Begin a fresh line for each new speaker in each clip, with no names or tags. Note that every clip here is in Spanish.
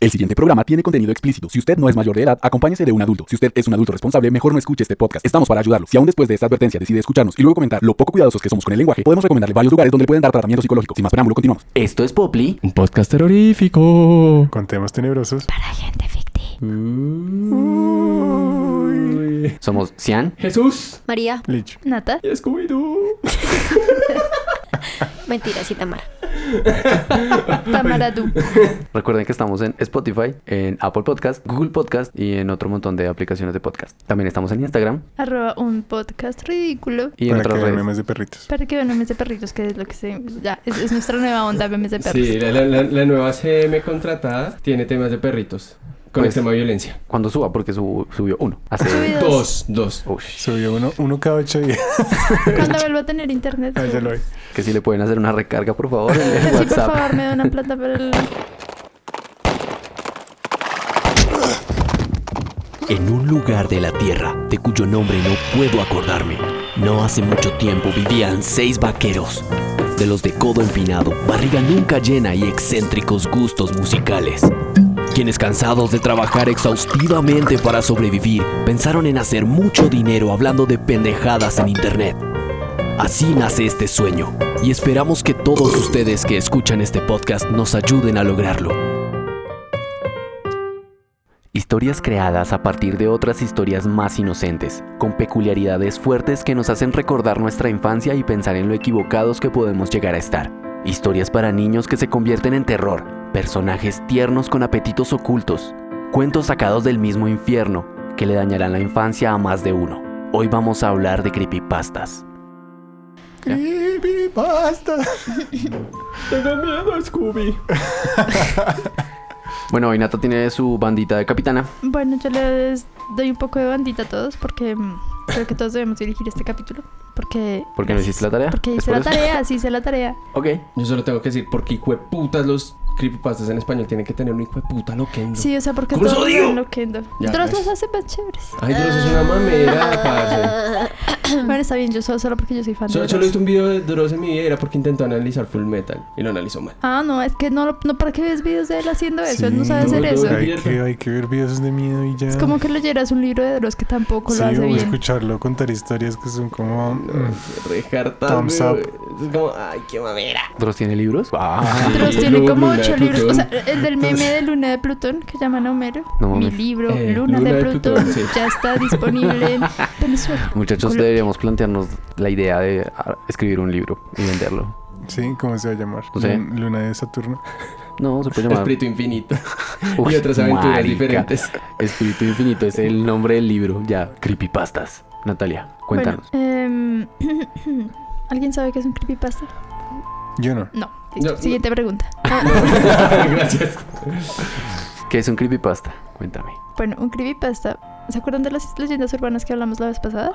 El siguiente programa tiene contenido explícito. Si usted no es mayor de edad, acompáñese de un adulto. Si usted es un adulto responsable, mejor no escuche este podcast. Estamos para ayudarlo. Si aún después de esta advertencia decide escucharnos y luego comentar lo poco cuidadosos que somos con el lenguaje, podemos recomendarle varios lugares donde le pueden dar tratamiento psicológico. Sin más preámbulo, continuamos.
Esto es Poply.
Un podcast terrorífico.
Con temas tenebrosos.
Para gente ficti.
Somos Cian.
Jesús.
María.
Lich.
Nata.
Y Scooby-Doo.
Mentira, sí, Tamara. Tamara, tú.
Recuerden que estamos en Spotify, en Apple Podcast, Google Podcast y en otro montón de aplicaciones de podcast. También estamos en Instagram
Arroba un podcast ridículo.
y en
para que
otras
vean
redes.
memes de perritos.
Para que vean memes de perritos, que es lo que se... Ya, es, es nuestra nueva onda, memes de perros.
Sí, la, la- la- la nueva CM contratada tiene temas de perritos con
Pues-
extrema violencia.
Cuando suba, porque su- subió uno. Hace...
Subido.
Dos, dos.
Ush,
Subió uno, uno cada ocho días.
Cuando vuelva a tener internet.
Ah, ya lo
sí,
hay.
que si le pueden hacer una recarga, por favor, en el
por
WhatsApp.
favor, me da una plata para el...
En un lugar de la Tierra, de cuyo nombre no puedo acordarme, no hace mucho tiempo vivían seis vaqueros, de los de codo empinado, barriga nunca llena y excéntricos gustos musicales, quienes cansados de trabajar exhaustivamente para sobrevivir, pensaron en hacer mucho dinero hablando de pendejadas en Internet. Así nace este sueño, y esperamos que todos ustedes que escuchan este podcast nos ayuden a lograrlo.
Historias creadas a partir de otras historias más inocentes, con peculiaridades fuertes que nos hacen recordar nuestra infancia y pensar en lo equivocados que podemos llegar a estar. Historias para niños que se convierten en terror, personajes tiernos con apetitos ocultos, cuentos sacados del mismo infierno que le dañarán la infancia a más de uno. Hoy vamos a hablar de creepypastas.
Basta.
Tengo miedo, Scooby.
Bueno, hoy Nata tiene su bandita de capitana.
Bueno, yo les doy un poco de bandita a todos, porque mm, creo que todos debemos dirigir este capítulo. Porque...
¿Por qué no hiciste la tarea?
Porque
¿Es
hice
por
la
eso?
tarea, sí hice la tarea.
Ok.
Yo solo tengo que decir, porque hijo de putas los creepypastas en español tienen que tener un hijo de puta loquendo.
Sí, o sea, porque
¿Cómo los
todos
odio?
están loquendo.
Ya,
Otros
ves.
los hacen más chéveres.
Ay, Dross es una mamera, parce.
Bueno, está bien, yo solo, solo porque yo soy fan
Solo,
de
solo he
los-
visto un video de Dross en mi vida, era porque intentó analizar Full Metal y lo analizó mal.
Ah, no, es que no, lo- no para qué ves videos de él haciendo eso, él no sabe
no,
hacer
no,
eso.
no,
Hay que, hay que ver videos de miedo y ya.
Es como que leyeras un libro de Dross que tampoco
Sí,
lo hace
o
bien.
escucharlo contar historias que son como. mm,
Rejartas.
Thumbs
güey.
up.
Es como, ay, qué mamera.
¿Dross tiene libros?
Dross
Sí,
tiene
luego
como
Ah, Luna de
ocho libros.
Plutón.
O sea, el del meme de Luna de Plutón que llaman a Homero.
No
Mi
mames.
libro,
Eh,
Luna, de, Plutón,
sí.
ya está disponible en Venezuela.
Muchachos,
Colombia.
deberíamos plantearnos la idea de ah, escribir un libro y venderlo.
Sí, ¿cómo se va a llamar?
No sé.
Lun- Luna de Saturno.
No, se puede llamar.
Espíritu infinito.
Uf,
y otras aventuras
marica.
diferentes.
Espíritu Infinito es el nombre del libro. Ya, Creepypastas. Natalia, cuéntanos.
Bueno, em, ¿Alguien sabe qué es un creepypasta?
Yo no.
No. listo.
No,
Siguiente pregunta. Ah,
Gracias.
¿Qué es un Creepypasta? Cuéntame.
Bueno, un creepypasta. ¿Se acuerdan de las leyendas urbanas que hablamos la vez pasada?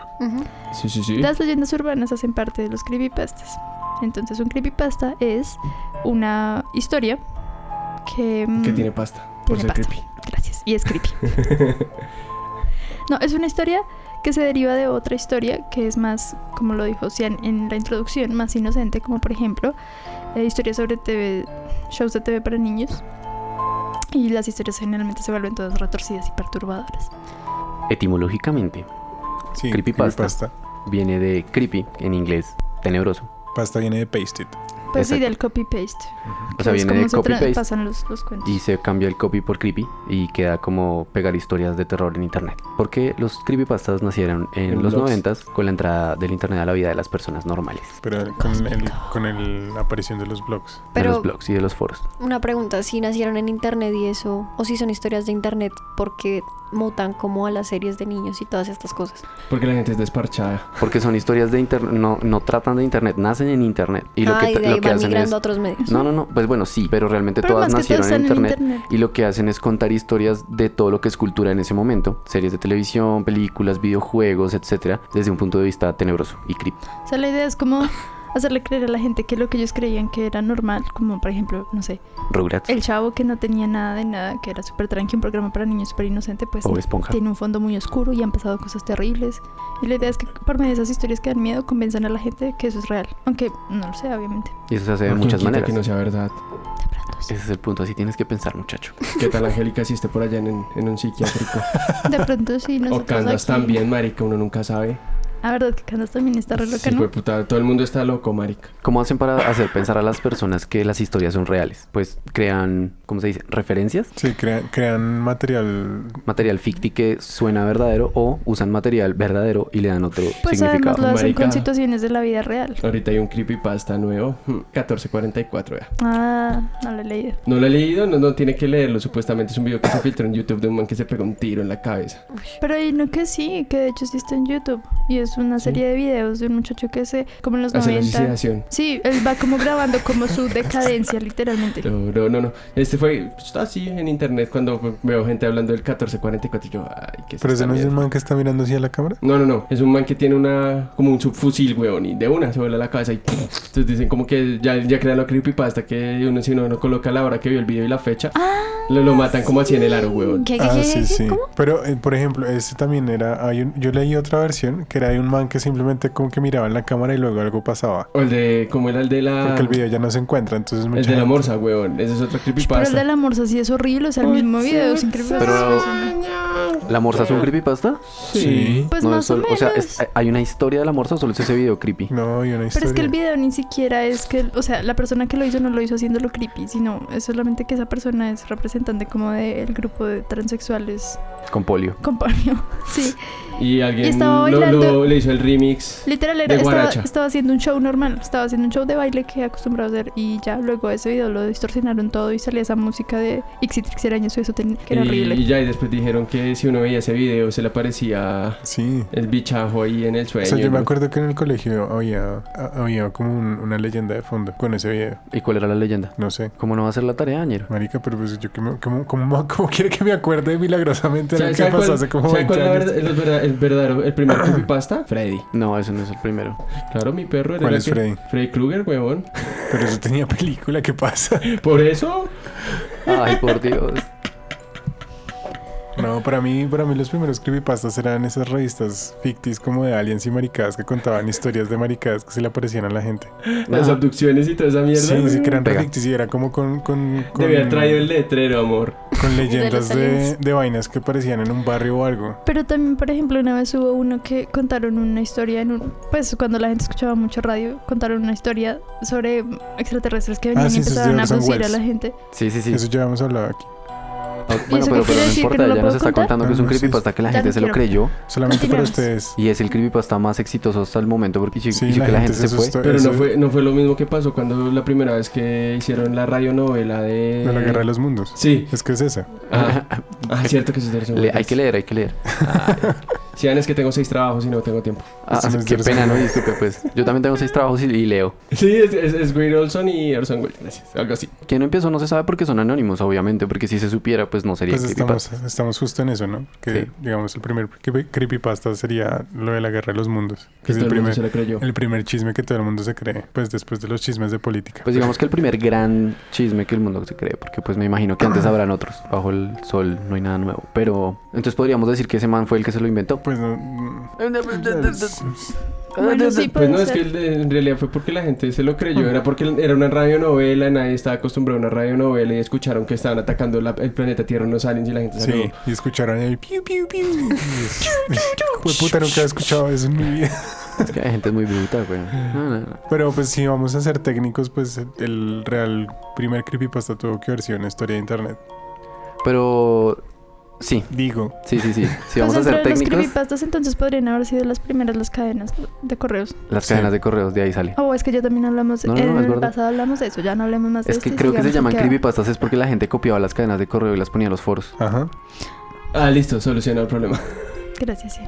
Sí, sí, sí.
Las leyendas urbanas hacen parte de los creepypastas. Entonces, un creepypasta es una historia que, mm,
Que tiene pasta. Por
tiene
ser
pasta.
creepy.
Gracias. Y es creepy. no, es una historia que se deriva de otra historia que es más, como lo dijo Cian en la introducción, más inocente, como por ejemplo eh, historias sobre TV, shows de TV para niños. Y las historias generalmente se vuelven todas retorcidas y perturbadoras.
Etimológicamente,
Sí,
Creepypasta.
Pasta.
viene de creepy en inglés, tenebroso.
Pasta viene de pasted.
Pues sí,
Exacto.
del copy-paste.
O sea,
que es
viene de
como se tra-
copy-paste
Pasan los, los cuentos.
y se cambia el copy por creepy y queda como pegar historias de terror en internet. Porque los creepypastas nacieron en,
En
los
blogs.
noventas con la entrada del internet a la vida de las personas normales.
Pero con el, con el la aparición de los blogs.
de
Pero
los blogs y de los foros.
una pregunta, si nacieron en internet y eso, o si son historias de internet, porque mutan como a las series de niños y todas estas cosas.
Porque la gente es desparchada.
Porque son historias de internet, no, no tratan de internet, nacen en internet. Y lo
ah,
que,
y
tra-
de ahí
lo que
van
hacen
migrando
es...
a otros medios.
No, no, no, pues bueno, sí, pero realmente
Pero
todas
más que todo
nacieron
están
en internet, y lo que hacen es contar historias de todo lo que es cultura en ese momento, series de televisión, películas, videojuegos, etcétera, desde un punto de vista tenebroso y creepy.
O sea, la idea es como hacerle creer a la gente que lo que ellos creían que era normal, como por ejemplo, no sé,
Rugrats.
el chavo que no tenía nada de nada, que era súper tranqui, un programa para niños súper inocente, pues
Bob Esponja.
tiene un fondo muy oscuro y han pasado cosas terribles. Y la idea es que por medio de esas historias que dan miedo convenzan a la gente de que eso es real. Aunque no lo sea, obviamente.
Y eso se hace de
¿Quién
muchas
quita
maneras.
que no sea verdad.
De pronto sí.
Ese es el punto, así tienes que pensar, muchacho.
¿Qué tal Angélica si esté por allá en, en un psiquiátrico?
De pronto sí,
o
nosotros
Candas
aquí-
también, marica, uno nunca sabe.
Ah, verdad que Candas también está re loca,
Sí,
¿no?
hueputa, todo el mundo está loco, marica.
¿Cómo hacen para hacer pensar a las personas que las historias son reales? Pues crean, ¿cómo se dice? Referencias,
Sí, crean, crean material.
material ficti que suena verdadero o usan material verdadero y le dan otro
Pues además
significado.
lo hacen
Marica.
con situaciones de la vida real.
Ahorita hay un creepypasta nuevo, hmm, 1444, vea.
Ah, no lo he leído.
No lo he leído, no, no tiene que leerlo. Supuestamente es un video que se filtró en YouTube de un man que se pegó un tiro en la cabeza.
Pero hay no que sí, que de hecho existe en YouTube. Y es una serie de videos de un muchacho que se, como en los
Hace la
90.
suicidación.
Sí, él va como grabando como su decadencia, literalmente.
No, no, no, no. Este fue pues, así en internet cuando veo gente hablando del 1444. Yo, ay, ¿qué es
Pero
esta
ese no es el
mierda?
man que está mirando hacia la cámara.
No, no, no. Es un man que tiene una. como un subfusil, weón. Y de una se vuela la cabeza y. ¡pum! Entonces dicen como que ya, ya crean la creepypasta que uno si no, no coloca la hora que vio el video y la fecha.
Ah,
lo, lo matan como así en el aro, weón.
¿Qué, qué,
Ah,
qué,
sí,
qué?
sí.
¿Cómo?
Pero, eh, por ejemplo, ese también era. Hay un, yo leí otra versión que era de un man que simplemente como que miraba en la cámara y luego algo pasaba.
O el de. como era el de la.
Porque el video ya no se encuentra, entonces
Ah.
mucha
El de la
gente-
morsa, weón. Ese es otro
Pero el de
creepypasta.
la morsa sí es horrible, o sea, el mismo video es increíble.
Pero- ¿La morsa es un creepypasta?
Sí.
Pues
no, es
más o
solo-
menos.
o sea, es- hay una historia de la morsa o solo es ese video creepy.
No, y una historia.
Pero es que el video ni siquiera es que, o sea, la persona que lo hizo no lo hizo haciéndolo creepy, sino es solamente que esa persona es representante como del grupo de transexuales
Con polio.
compañero. Sí,
Y alguien
Y estaba
lo- lo-
bailando.
le hizo el remix.
literal era,
De
estaba,
guaracha.
estaba haciendo un show normal, estaba haciendo un show de baile que acostumbraba a hacer y ya luego ese video lo distorsionaron todo y salía esa música de Ixitrix Arañas y eso ten- que era
y, y
horrible.
ya, y después dijeron que si uno veía ese video se le aparecía
Sí.
el bichajo ahí en el
O
sueño.
sea, yo
¿no?
me acuerdo que en el colegio había, a- había como un- una leyenda de fondo con ese video.
¿Y cuál era la leyenda?
No sé.
¿Cómo no va a ser la tarea, ñero?
Marica, pero pues yo que me- ¿cómo, cómo, me- cómo quiere que me acuerde milagrosamente de
¿Sabe-
lo que
sabe
pasó
cuál-
hace como
sabe
20
cuál
años?
la verdad- el, verdad- el verdadero, el primer creepypasta? Freddy.
No, ese no es el primero.
Claro, mi perro era
¿Cuál
el
es
que-
Freddy?
Freddy Krueger, huevón.
Pero eso tenía película, ¿qué pasa?
Por eso,
Ay, por Dios.
No, para mí, para mí los primeros creepypastas eran esas revistas fictis como de aliens y maricadas que contaban historias de maricadas que se le aparecían a la gente.
las
Ah.
abducciones y toda esa mierda.
Sí, sí, que eran re
Pega.
fictis y era como con, con, con,
Debía haber traído el letrero, amor.
con leyendas
los
de,
aliens.
de vainas que parecían en un barrio o algo.
Pero también, por ejemplo, una vez hubo uno que contaron una historia en un... Pues cuando la gente escuchaba mucho radio, contaron una historia sobre extraterrestres que venían
sí,
y
eso es de
empezaron a
Orson
abducir a
Welles.
la gente.
Sí, sí, sí.
Eso ya hemos hablado aquí.
Ah, Bueno,
eso
pero, pero
qué quiere
no
decir? ¿Que
importa,
no lo
ya
puedo
nos está
contar?
contando que es
Ah, No,
un
no, sí,
creepypasta que la
Ya
gente
no
se lo creyó.
Solamente para
Continuemos.
ustedes.
Y es el creepypasta más exitoso hasta el momento porque si,
Sí,
si
la,
que la
gente,
gente se fue.
asustó.
Pero
Eso-
no fue, no fue lo mismo que pasó cuando la primera vez que hicieron la radionovela de...
De la guerra de los mundos.
Sí.
Es que es esa.
Ah, ah, cierto que eso es de los
Le- hay
Welles.
que leer, hay que leer.
Si vean, es que tengo seis trabajos y no tengo tiempo.
Ah,
Eso no es
qué
de
pena,
Orson
no
Welles.
disculpe, pues. Yo también tengo seis trabajos y, y leo.
Sí, es, es, es Weird Olson y Orson Welles, gracias. Algo así.
¿Quién empezó? No se sabe porque son anónimos, obviamente, porque si se supiera, pues no sería
Pues estamos,
creepypasta.
estamos justo en eso, ¿no? Que
Sí.
digamos el primer creepy- creepypasta sería lo de la guerra de los mundos. Que
Que
es
todo
el
el mundo
primer,
se lo creyó.
el primer chisme que todo el mundo se cree. Pues después de los chismes de política.
Pues digamos que el primer gran chisme que el mundo se cree, porque pues me imagino que antes habrán otros. Bajo el sol no hay nada nuevo. Pero entonces podríamos decir que ese man fue el que se lo inventó.
Pues no. mm, es- es-
Bueno, sí,
Pues
puede
no, es
ser.
que el de- en realidad fue porque la gente se lo creyó. Era porque era una radionovela, nadie estaba acostumbrado a una radionovela y escucharon que estaban atacando la- el planeta Tierra unos aliens y la gente se
Sí, y escucharon el piu piu piu. Y es- Pues puta, nunca he escuchado eso en mi vida.
Es que hay gente muy bruta, güey. No, no, no.
Pero pues si vamos a ser técnicos, pues el real primer creepypasta tuvo que haber sido una historia de internet.
Pero sí,
Digo,
sí, sí, sí. Si vamos
pues
a ser
dentro de los
técnicos,
creepypastas entonces podrían haber sido las primeras las cadenas de correos.
las
Sí.
cadenas de correos de ahí sale.
Oh, es que yo también hablamos...
No, no, no,
en
es
el
verdad.
pasado hablamos de eso, ya no hablemos más de
Es
esto
que
y
creo que se
sigamos
llaman
porque-
creepypastas es porque la gente copiaba las cadenas de correo y las ponía en los foros.
ajá.
Ah, listo, solucionó el problema.
Gracias, Ian.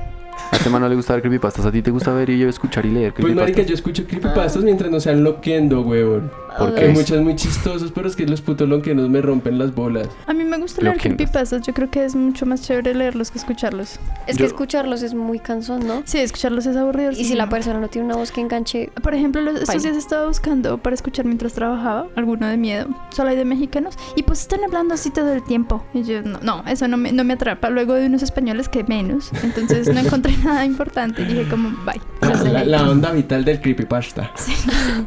A este man no le gusta ver creepypastas. ¿A ti te gusta ver y yo escuchar y leer
Pues marica,
creepypastas?
yo escucho
Ah.
creepypastas mientras no sean loquendo, huevón.
¿Por
Porque hay
qué?
muchas muy chistosos, pero es que los putos loquendos me rompen las bolas.
A mí me gusta
Lo
leer
que-
creepypastas. Yo creo que es mucho más chévere leerlos que escucharlos.
Es
Yo-
que escucharlos es muy cansón, ¿no?
Sí, escucharlos es aburrido.
Y si la persona no tiene una voz que enganche,
Por ejemplo, los- estos
Baila.
días estaba buscando para escuchar mientras trabajaba alguno de miedo. Solo hay de mexicanos. Y pues están hablando así todo el tiempo. Y yo, no, no, eso no me, no me atrapa. Luego de unos españoles que menos. Entonces no encontré nada importante. Dije como, bye. Los
La,
dejé.
la onda vital del creepypasta.
Sí,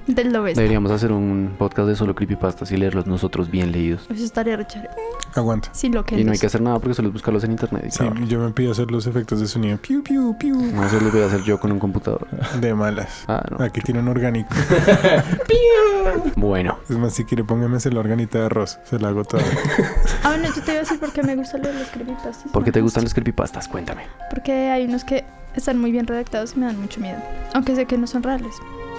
del lo ves.
Deberíamos hacer un podcast de solo creepypastas y leerlos nosotros bien leídos.
Eso estaría re chévere.
Aguanta.
Sí, lo que
Y no hay
es.
que hacer nada porque solo es buscarlos en internet. Y
Sí,
cabrón.
yo me pido hacer los efectos de sonido. Piu, piu, piu.
No, eso lo voy a hacer yo con un computador.
De malas.
Ah, no.
Aquí tiene un orgánico.
Bueno,
Es más, si quiere, póngame la organita de arroz. Se la hago toda.
Ah, bueno, yo te iba a decir por qué me gusta leer los creepypastas.
¿por qué te
Me
gustan los creepypastas? Cuéntame.
Porque hay unos que están muy bien redactados y me dan mucho miedo. Aunque sé que no son reales.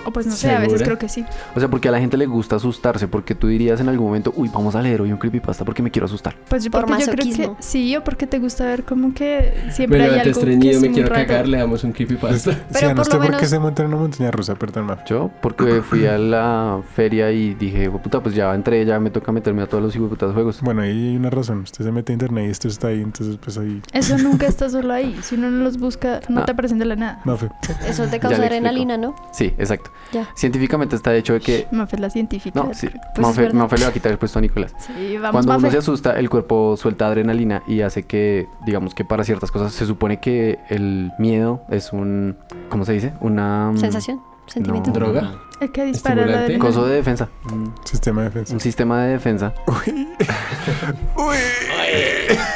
O pues no sé, a veces
¿Segura?
creo que sí.
O sea, porque a la gente le gusta asustarse, porque tú dirías en algún momento, uy, vamos a leer hoy un creepypasta porque me quiero asustar.
Pues yo,
Por
porque yo creo que
masoquismo.
sí, o porque te gusta ver como que siempre
Me levanto
hay algo que
estreñido,
es
me
muy
quiero
raro.
cagar, le damos un creepypasta.
Pero
no
por
usted
lo
por qué
menos-
se monta en una montaña rusa, perdón, ma.
Yo, porque fui a la feria y dije, "Hue puta, pues ya entré, ya me toca meterme a todos los hijueputas juegos.
Bueno, ahí hay una razón. Usted se mete a internet y esto está ahí, entonces pues ahí.
Eso nunca está solo ahí. Si uno no los busca, no
Ah.
te aparecen de la nada.
Mafe.
eso te
Ya le
causa
explico.
adrenalina, ¿no?
Sí, exacto.
Ya. pues
Científicamente está hecho de que...
Mafe es la científica.
No, sí.
es
Mafe,
verdad.
Mafe le va a quitar el puesto a Nicolás.
Sí, vamos,
Cuando uno se
Mafe.
asusta, el cuerpo suelta adrenalina y hace que, digamos que para ciertas cosas, se supone que el miedo es un, ¿cómo se dice? Una... mm,
Sensación, sentimiento.
no,
Droga.
El que dispara la
Estimulante.
adrenalina.
Coso de defensa. Un,
Sistema de defensa.
un sistema de defensa.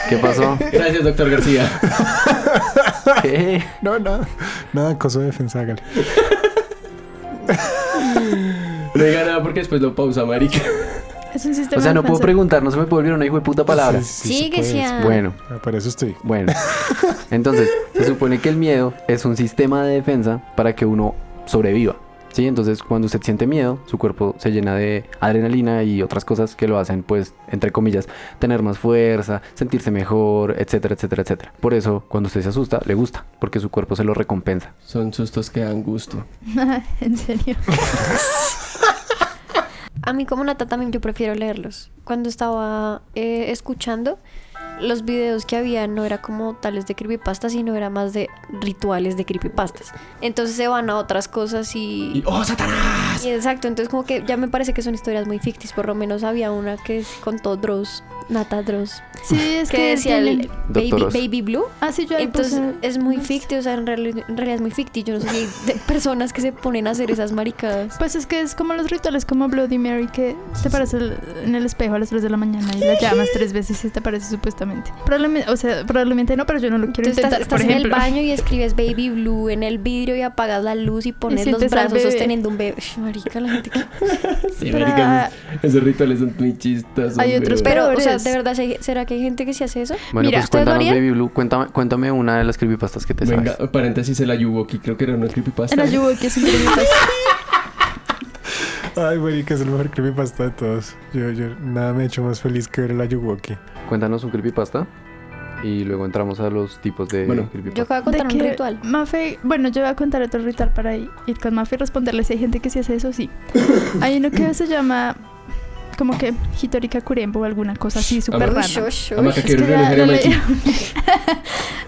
¿Qué pasó?
Gracias, doctor García.
¿Qué?
No, nada. Nada, cosa de defensa, hágale.
No diga nada porque después lo pausa, marica.
Es un sistema
O sea, no
de
puedo
defensa.
preguntar, no se me puede olvidar una hijo de puta palabra.
Sí, que
puede.
sea.
Bueno,
Ah, Para eso estoy.
bueno. Entonces, se supone que el miedo es un sistema de defensa para que uno sobreviva. Sí, entonces cuando usted siente miedo, su cuerpo se llena de adrenalina y otras cosas que lo hacen, pues, entre comillas, tener más fuerza, sentirse mejor, etcétera, etcétera, etcétera. Por eso, cuando usted se asusta, le gusta, porque su cuerpo se lo recompensa.
Son sustos que dan gusto.
Ah, en serio.
A mí como Nata también yo prefiero leerlos. Cuando estaba eh, escuchando, los videos que había no era como tales de creepypastas, sino era más de rituales de creepypastas. Entonces se van a otras cosas y...
Y, ¡Oh, Satanás!
y exacto, entonces como que ya me parece que son historias muy ficticias. Por lo menos había una que es- contó Dross, Nata Dross,
Sí, es que,
que decía
tienen-
el baby,
Doctor Oz.
baby Blue.
Ah, sí, yo ahí
Entonces
puse-
es muy ficticio, o sea, en reali- en realidad es muy ficticio. Yo no sé si hay de personas que se ponen a hacer esas maricadas.
Pues es que es como los rituales, como Bloody Mary, que te parece en el espejo a las 3 de la mañana y la llamas tres veces y te parece supuestamente. Probablemente, o sea, probablemente no, pero yo no lo
Tú
quiero
estás,
intentar,
estás
por
en el
ejemplo.
baño y escribes baby blue en el vidrio y apagas la luz y pones los
sientes al
brazos
bebé.
sosteniendo un bebé. Ush, marica, la gente que-
Sí,
Pero-
marica, esos rituales son muy chistosos.
Hay otros
weón.
Pero, o sea,
Pobres.
¿de verdad se- será que hay gente que se hace eso?
Bueno,
Mira,
pues
¿ustedes lo
cuéntanos,
harían?
Baby Blue, cuéntame, cuéntame una de las creepypastas que te
pues,
Venga,
sabes.
paréntesis, el Ayuwoki, creo que era una creepypasta.
El ayubo que es un creepypasta.
Ay, marica, es el mejor creepypasta de todos. Yo, yo, nada me ha hecho más feliz que ver el Ayuwoki.
Cuéntanos un creepypasta y luego entramos a los tipos de
Bueno.
Yo
creepypasta.
acabo de contar
De
un
que
ritual.
Mafe, bueno, yo voy a contar otro ritual para ir ir con Mafe y responderle si hay gente que sí hace eso, sí. Hay uno que se llama como que Hitori Kakurembo o alguna cosa así, súper
Amar-
Ush,
rara.
ush, ush.
Amaka,
Es que
quiero
ya
renunciar
lo
a
leí.
Mikey.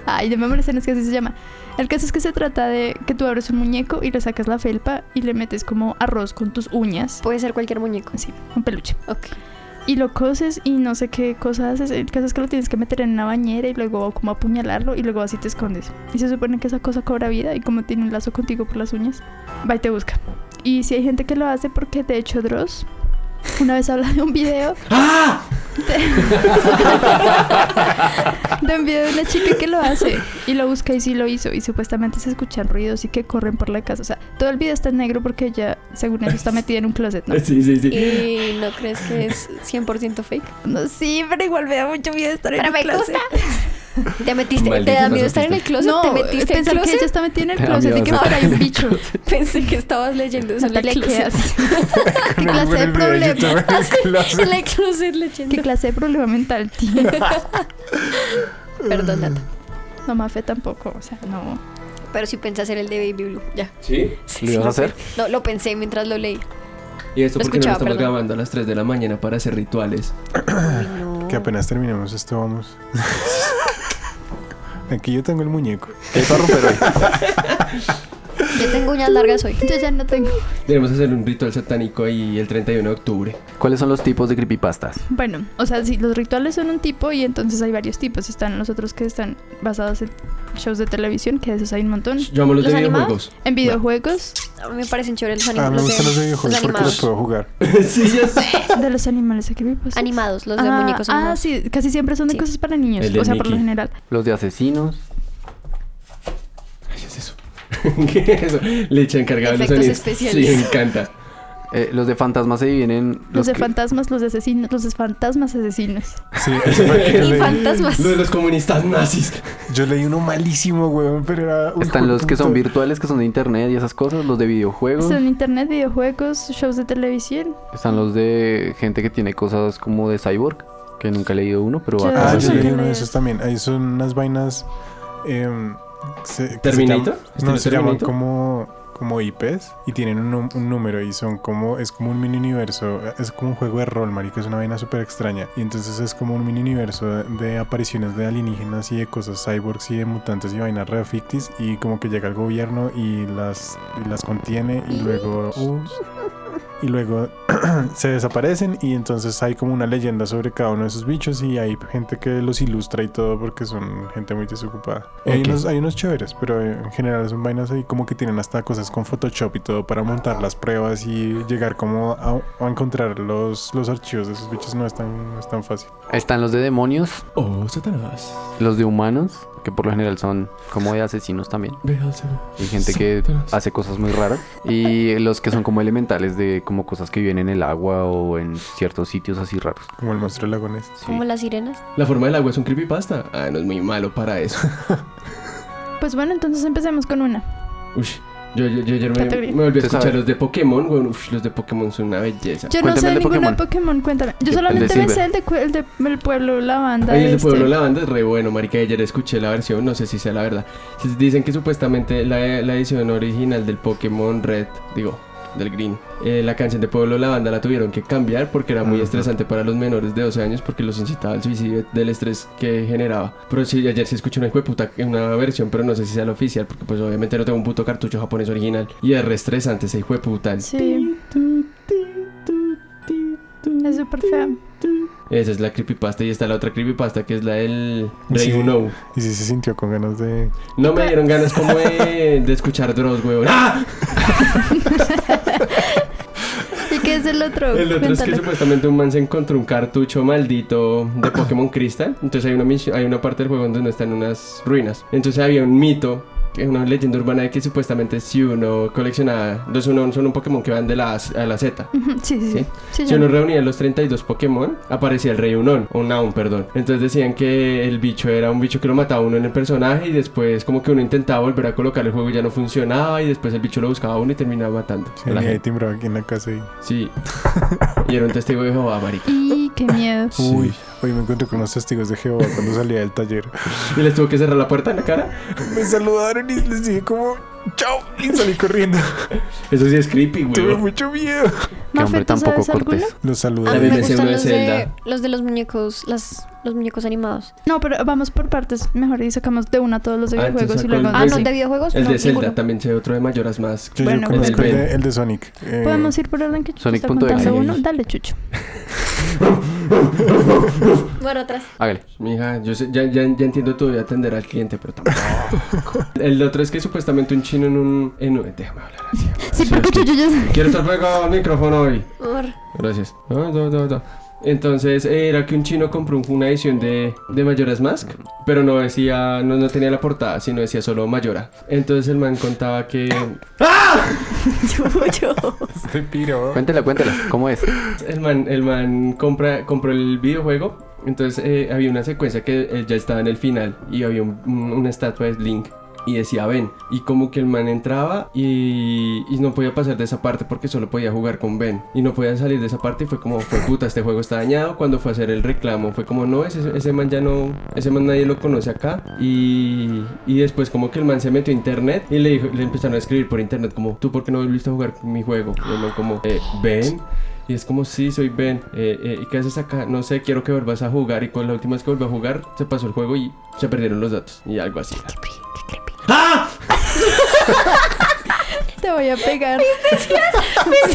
Ay, de memoria es que así se llama. El caso es que se trata de que tú abres un muñeco y le sacas la felpa y le metes como arroz con tus uñas.
Puede ser cualquier muñeco.
Sí, un peluche.
Ok.
Y lo coces y no sé qué cosas haces. El caso es que lo tienes que meter en una bañera y luego como apuñalarlo y luego así te escondes. Y se supone que esa cosa cobra vida y como tiene un lazo contigo por las uñas, va y te busca. Y si hay gente que lo hace porque de hecho Dross una vez habla de un video
¡Ah!
de un video de una chica que lo hace y lo busca y sí lo hizo y supuestamente se escuchan ruidos y que corren por la casa. O sea, todo el video está en negro porque ella, según eso, está metida en un closet, ¿no?
Sí, sí, sí.
¿Y no crees que es 100% fake?
No, sí, pero igual me da mucho miedo estar en
Pero
el
me
closet.
¿Te metiste?
Maldito
¿Te da miedo estar en el
masoquista.
closet?
No,
¿Te metiste en el
pensar que ella
closet?
está metida en el
Te da
closet y
miedo
que por ahí un bicho.
Pensé que estabas leyendo eso en el
Natalia, ¿qué
closet.
haces? ¿Qué
Con el-
clase
con
de
el video de YouTube
problema?
en el closet.
En el closet
¿Qué
leyendo.
clase de problema mental tiene?
Perdón, Nata.
No, Mafe tampoco, o sea, no.
Pero sí pensé hacer el de Baby Blue, ya.
¿Sí?
Sí,
¿Lo ibas
sí,
a hacer?
No, pues, lo pensé mientras lo leí.
Y esto
Lo
porque no lo
escuchaba,
estamos
perdón.
grabando a las 3 de la mañana para hacer rituales.
Uy, no.
Que apenas terminemos esto vamos. Aquí yo tengo el muñeco.
¿Qué vas a romper hoy?
Yo tengo uñas largas hoy.
Yo ya no tengo.
Debemos hacer un ritual satánico ahí el 31 de octubre.
¿Cuáles son los tipos de creepypastas?
Bueno, o sea, sí, los rituales son un tipo y entonces hay varios tipos. Están los otros que están basados en shows de televisión, que de esos hay un montón.
Yo amo los,
¿Los
de
animados?
videojuegos.
En videojuegos,
A mí me parecen chéveres los
Ah,
animados.
me
los
gustan los videojuegos
los
porque los
animados.
puedo jugar.
sí, ya sé.
de los animales de creepypasta.
Animados, los de
ah,
muñecos
Ah,
animados.
sí, casi siempre son de
Sí.
cosas para niños,
El de
o sea, por lo
Mickey.
general.
Los de asesinos.
¿Qué es eso? ¿Qué es eso? Le echan cargado los
Efectos
sonidos.
especiales.
Sí, me encanta.
eh, los de fantasmas se dividen.
Los, de fantasmas, los de asesinos, los de fantasmas asesinos.
Sí, ese fue el que yo
Y
leí.
fantasmas.
Lo de los comunistas nazis.
Yo leí uno malísimo, weón, pero era. uy,
Están los que son
jueputa.
virtuales, que son de internet y esas cosas. Los de videojuegos.
Son Pues internet, videojuegos, shows de televisión.
Están los de gente que tiene cosas como de cyborg. Que nunca he leído uno, pero
Yo-
acá
Ah,
Esos
yo
son
leí
que
uno de
me-
esos también. Ahí son unas vainas. em, se- que se
¿Terminator?
llaman-
¿Estilo
No, se llaman
Terminator?
como, como IPs y tienen un, num- un número y son como. Es como un mini universo. Es como un juego de rol, marica. Es una vaina súper extraña. Y entonces es como un mini universo de, de apariciones de alienígenas y de cosas cyborgs y de mutantes y vainas re fictis. Y como que llega el gobierno y las, y las contiene y luego. uh, y luego se desaparecen y entonces hay como una leyenda sobre cada uno de esos bichos y hay gente que los ilustra y todo porque son gente muy desocupada. Y Hay,
Ok.
unos, hay unos chéveres, pero eh, en general son vainas ahí como que tienen hasta cosas con Photoshop y todo para montar las pruebas y llegar como a, a encontrar los, los archivos de esos bichos no es tan, no es tan fácil.
Están los de demonios.
Oh, Satanás.
Los de humanos. Que por lo general son como de asesinos también.
Véase.
Y gente que hace cosas muy raras. Y los que son como elementales de como cosas que viven en el agua o en ciertos sitios así raros.
Como el monstruo del lago Ness.
Sí.
Como las sirenas.
La forma del agua es un creepypasta. Ah, no es muy malo para eso.
Pues bueno, entonces empecemos con una.
Ush. Yo, yo, yo ayer me,
Categoría.
me volví a
Usted
escuchar
sabe.
los de Pokémon. Bueno, ush, los de Pokémon son una belleza.
Yo
Cuéntame
no sé
el de
ninguno de Pokémon, cuéntame. Yo
de
solamente me
Silver.
sé el, de, cu- el de- el pueblo, la banda.
Ahí el de
este.
Pueblo la banda es re bueno, marica. Ayer escuché la versión, no sé si sea la verdad. Dicen que supuestamente la, la edición original del Pokémon Red, digo, del Green, eh, la canción de Pueblo la banda la tuvieron que cambiar porque era muy estresante para los menores de 12 años porque los incitaba al suicidio del estrés que generaba. Pero sí, ayer sí escuché una hijueputa, una versión, pero no sé si sea la oficial porque pues obviamente no tengo un puto cartucho japonés original y es re estresante ese hijueputa.
Sí. Es súper feo.
Esa es la creepypasta y está la otra creepypasta que es la del Ray
Sí.
Uno.
Y sí se sintió con ganas de...
No me dieron ganas como de, de escuchar Dross, weón. ¡Ah!
¿Y qué es el otro?
El otro es que
Cuéntalo.
supuestamente un man se encontró un cartucho maldito de Pokémon Crystal. Entonces hay una, misión- hay una parte del juego donde uno está en unas ruinas. Entonces había un mito, que es una leyenda urbana de que supuestamente si uno coleccionaba... Los uno son un Pokémon que van de la A a la Z.
Ujú, Sí, sí,
Sí.
sí. Sí,
Si
ya.
uno reunía los 32 Pokémon, aparecía el Rey Unón, o Naun, perdón. Entonces decían que el bicho era un bicho que lo mataba uno en el personaje y después como que uno intentaba volver a colocar el juego y ya no funcionaba y después el bicho lo buscaba a uno y terminaba matando. a
Sí,
la
venía y
gente.
timbraba aquí en la casa y...
Sí. Y era un testigo de Jehová, marica.
Y qué miedo.
Uy, hoy me encontré con unos testigos de Jehová cuando salía del taller.
Y les tuvo que cerrar la puerta en la cara.
Me saludaron y les dije como... ¡Chao! Y salí corriendo.
Eso sí es creepy,
Tuve
güey.
mucho miedo.
Que hombre
Mafe, ¿tú
tampoco
sabes alguno?
cortés.
Los
A
saludé.
mí
de
me
ese
gustan
uno de
los de,
Zelda. Pues
los de los muñecos, las, los muñecos animados.
No, pero vamos por partes. Mejor y sacamos de una todos los de
Ah, entonces
videojuegos y
saco el
luego...
de
Ah, no,
sí.
de videojuegos.
El
no,
de Zelda
ninguno.
también se ve otro de Mayoras más.
Yo, yo
Bueno,
conozco
el
el
del
de, el de Sonic. eh,
Podemos ir por orden que Chucho
Sonic
está
punto
contando
X.
uno. Dale, Chucho.
Bueno, atrás.
Hágale.
Mija, yo sé- ya, ya, ya entiendo tu voy a atender al cliente, pero tampoco. el otro es que supuestamente un chino en un. en un- déjame hablar así.
Sí, porque
es que-
Chucho ya...
Quiero estar pegado al micrófono hoy.
Amor.
Gracias. Ah, da, da, da. Entonces eh, era que un chino compró un- una edición de, de Mayoras Mask, pero no decía, no, no tenía la portada, sino decía solo Mayora. Entonces el man contaba que
Este piro.
Cuéntela, cuéntela. ¿Cómo es?
El man, el man compra, compró el videojuego. Entonces eh, había una secuencia que eh, ya estaba en el final y había un- un- una estatua de Link y decía Ben. Y como que el man entraba y, y no podía pasar de esa parte porque solo podía jugar con Ben. Y no podía salir de esa parte y fue como, fue puta, este juego está dañado. Cuando fue a hacer el reclamo, fue como, no, ese, ese man ya no, ese man nadie lo conoce acá. Y, y después como que el man se metió a internet y le, dijo, le empezaron a escribir por internet como, tú por qué no volviste a jugar mi juego. Y el man como, "Eh, Ben. Y es como, sí, soy Ben. eh, eh, ¿Y qué haces acá? No sé, quiero que vuelvas a jugar. Y con la última vez que volví a jugar, se pasó el juego y se perdieron los datos. Y algo así.
Te voy a pegar.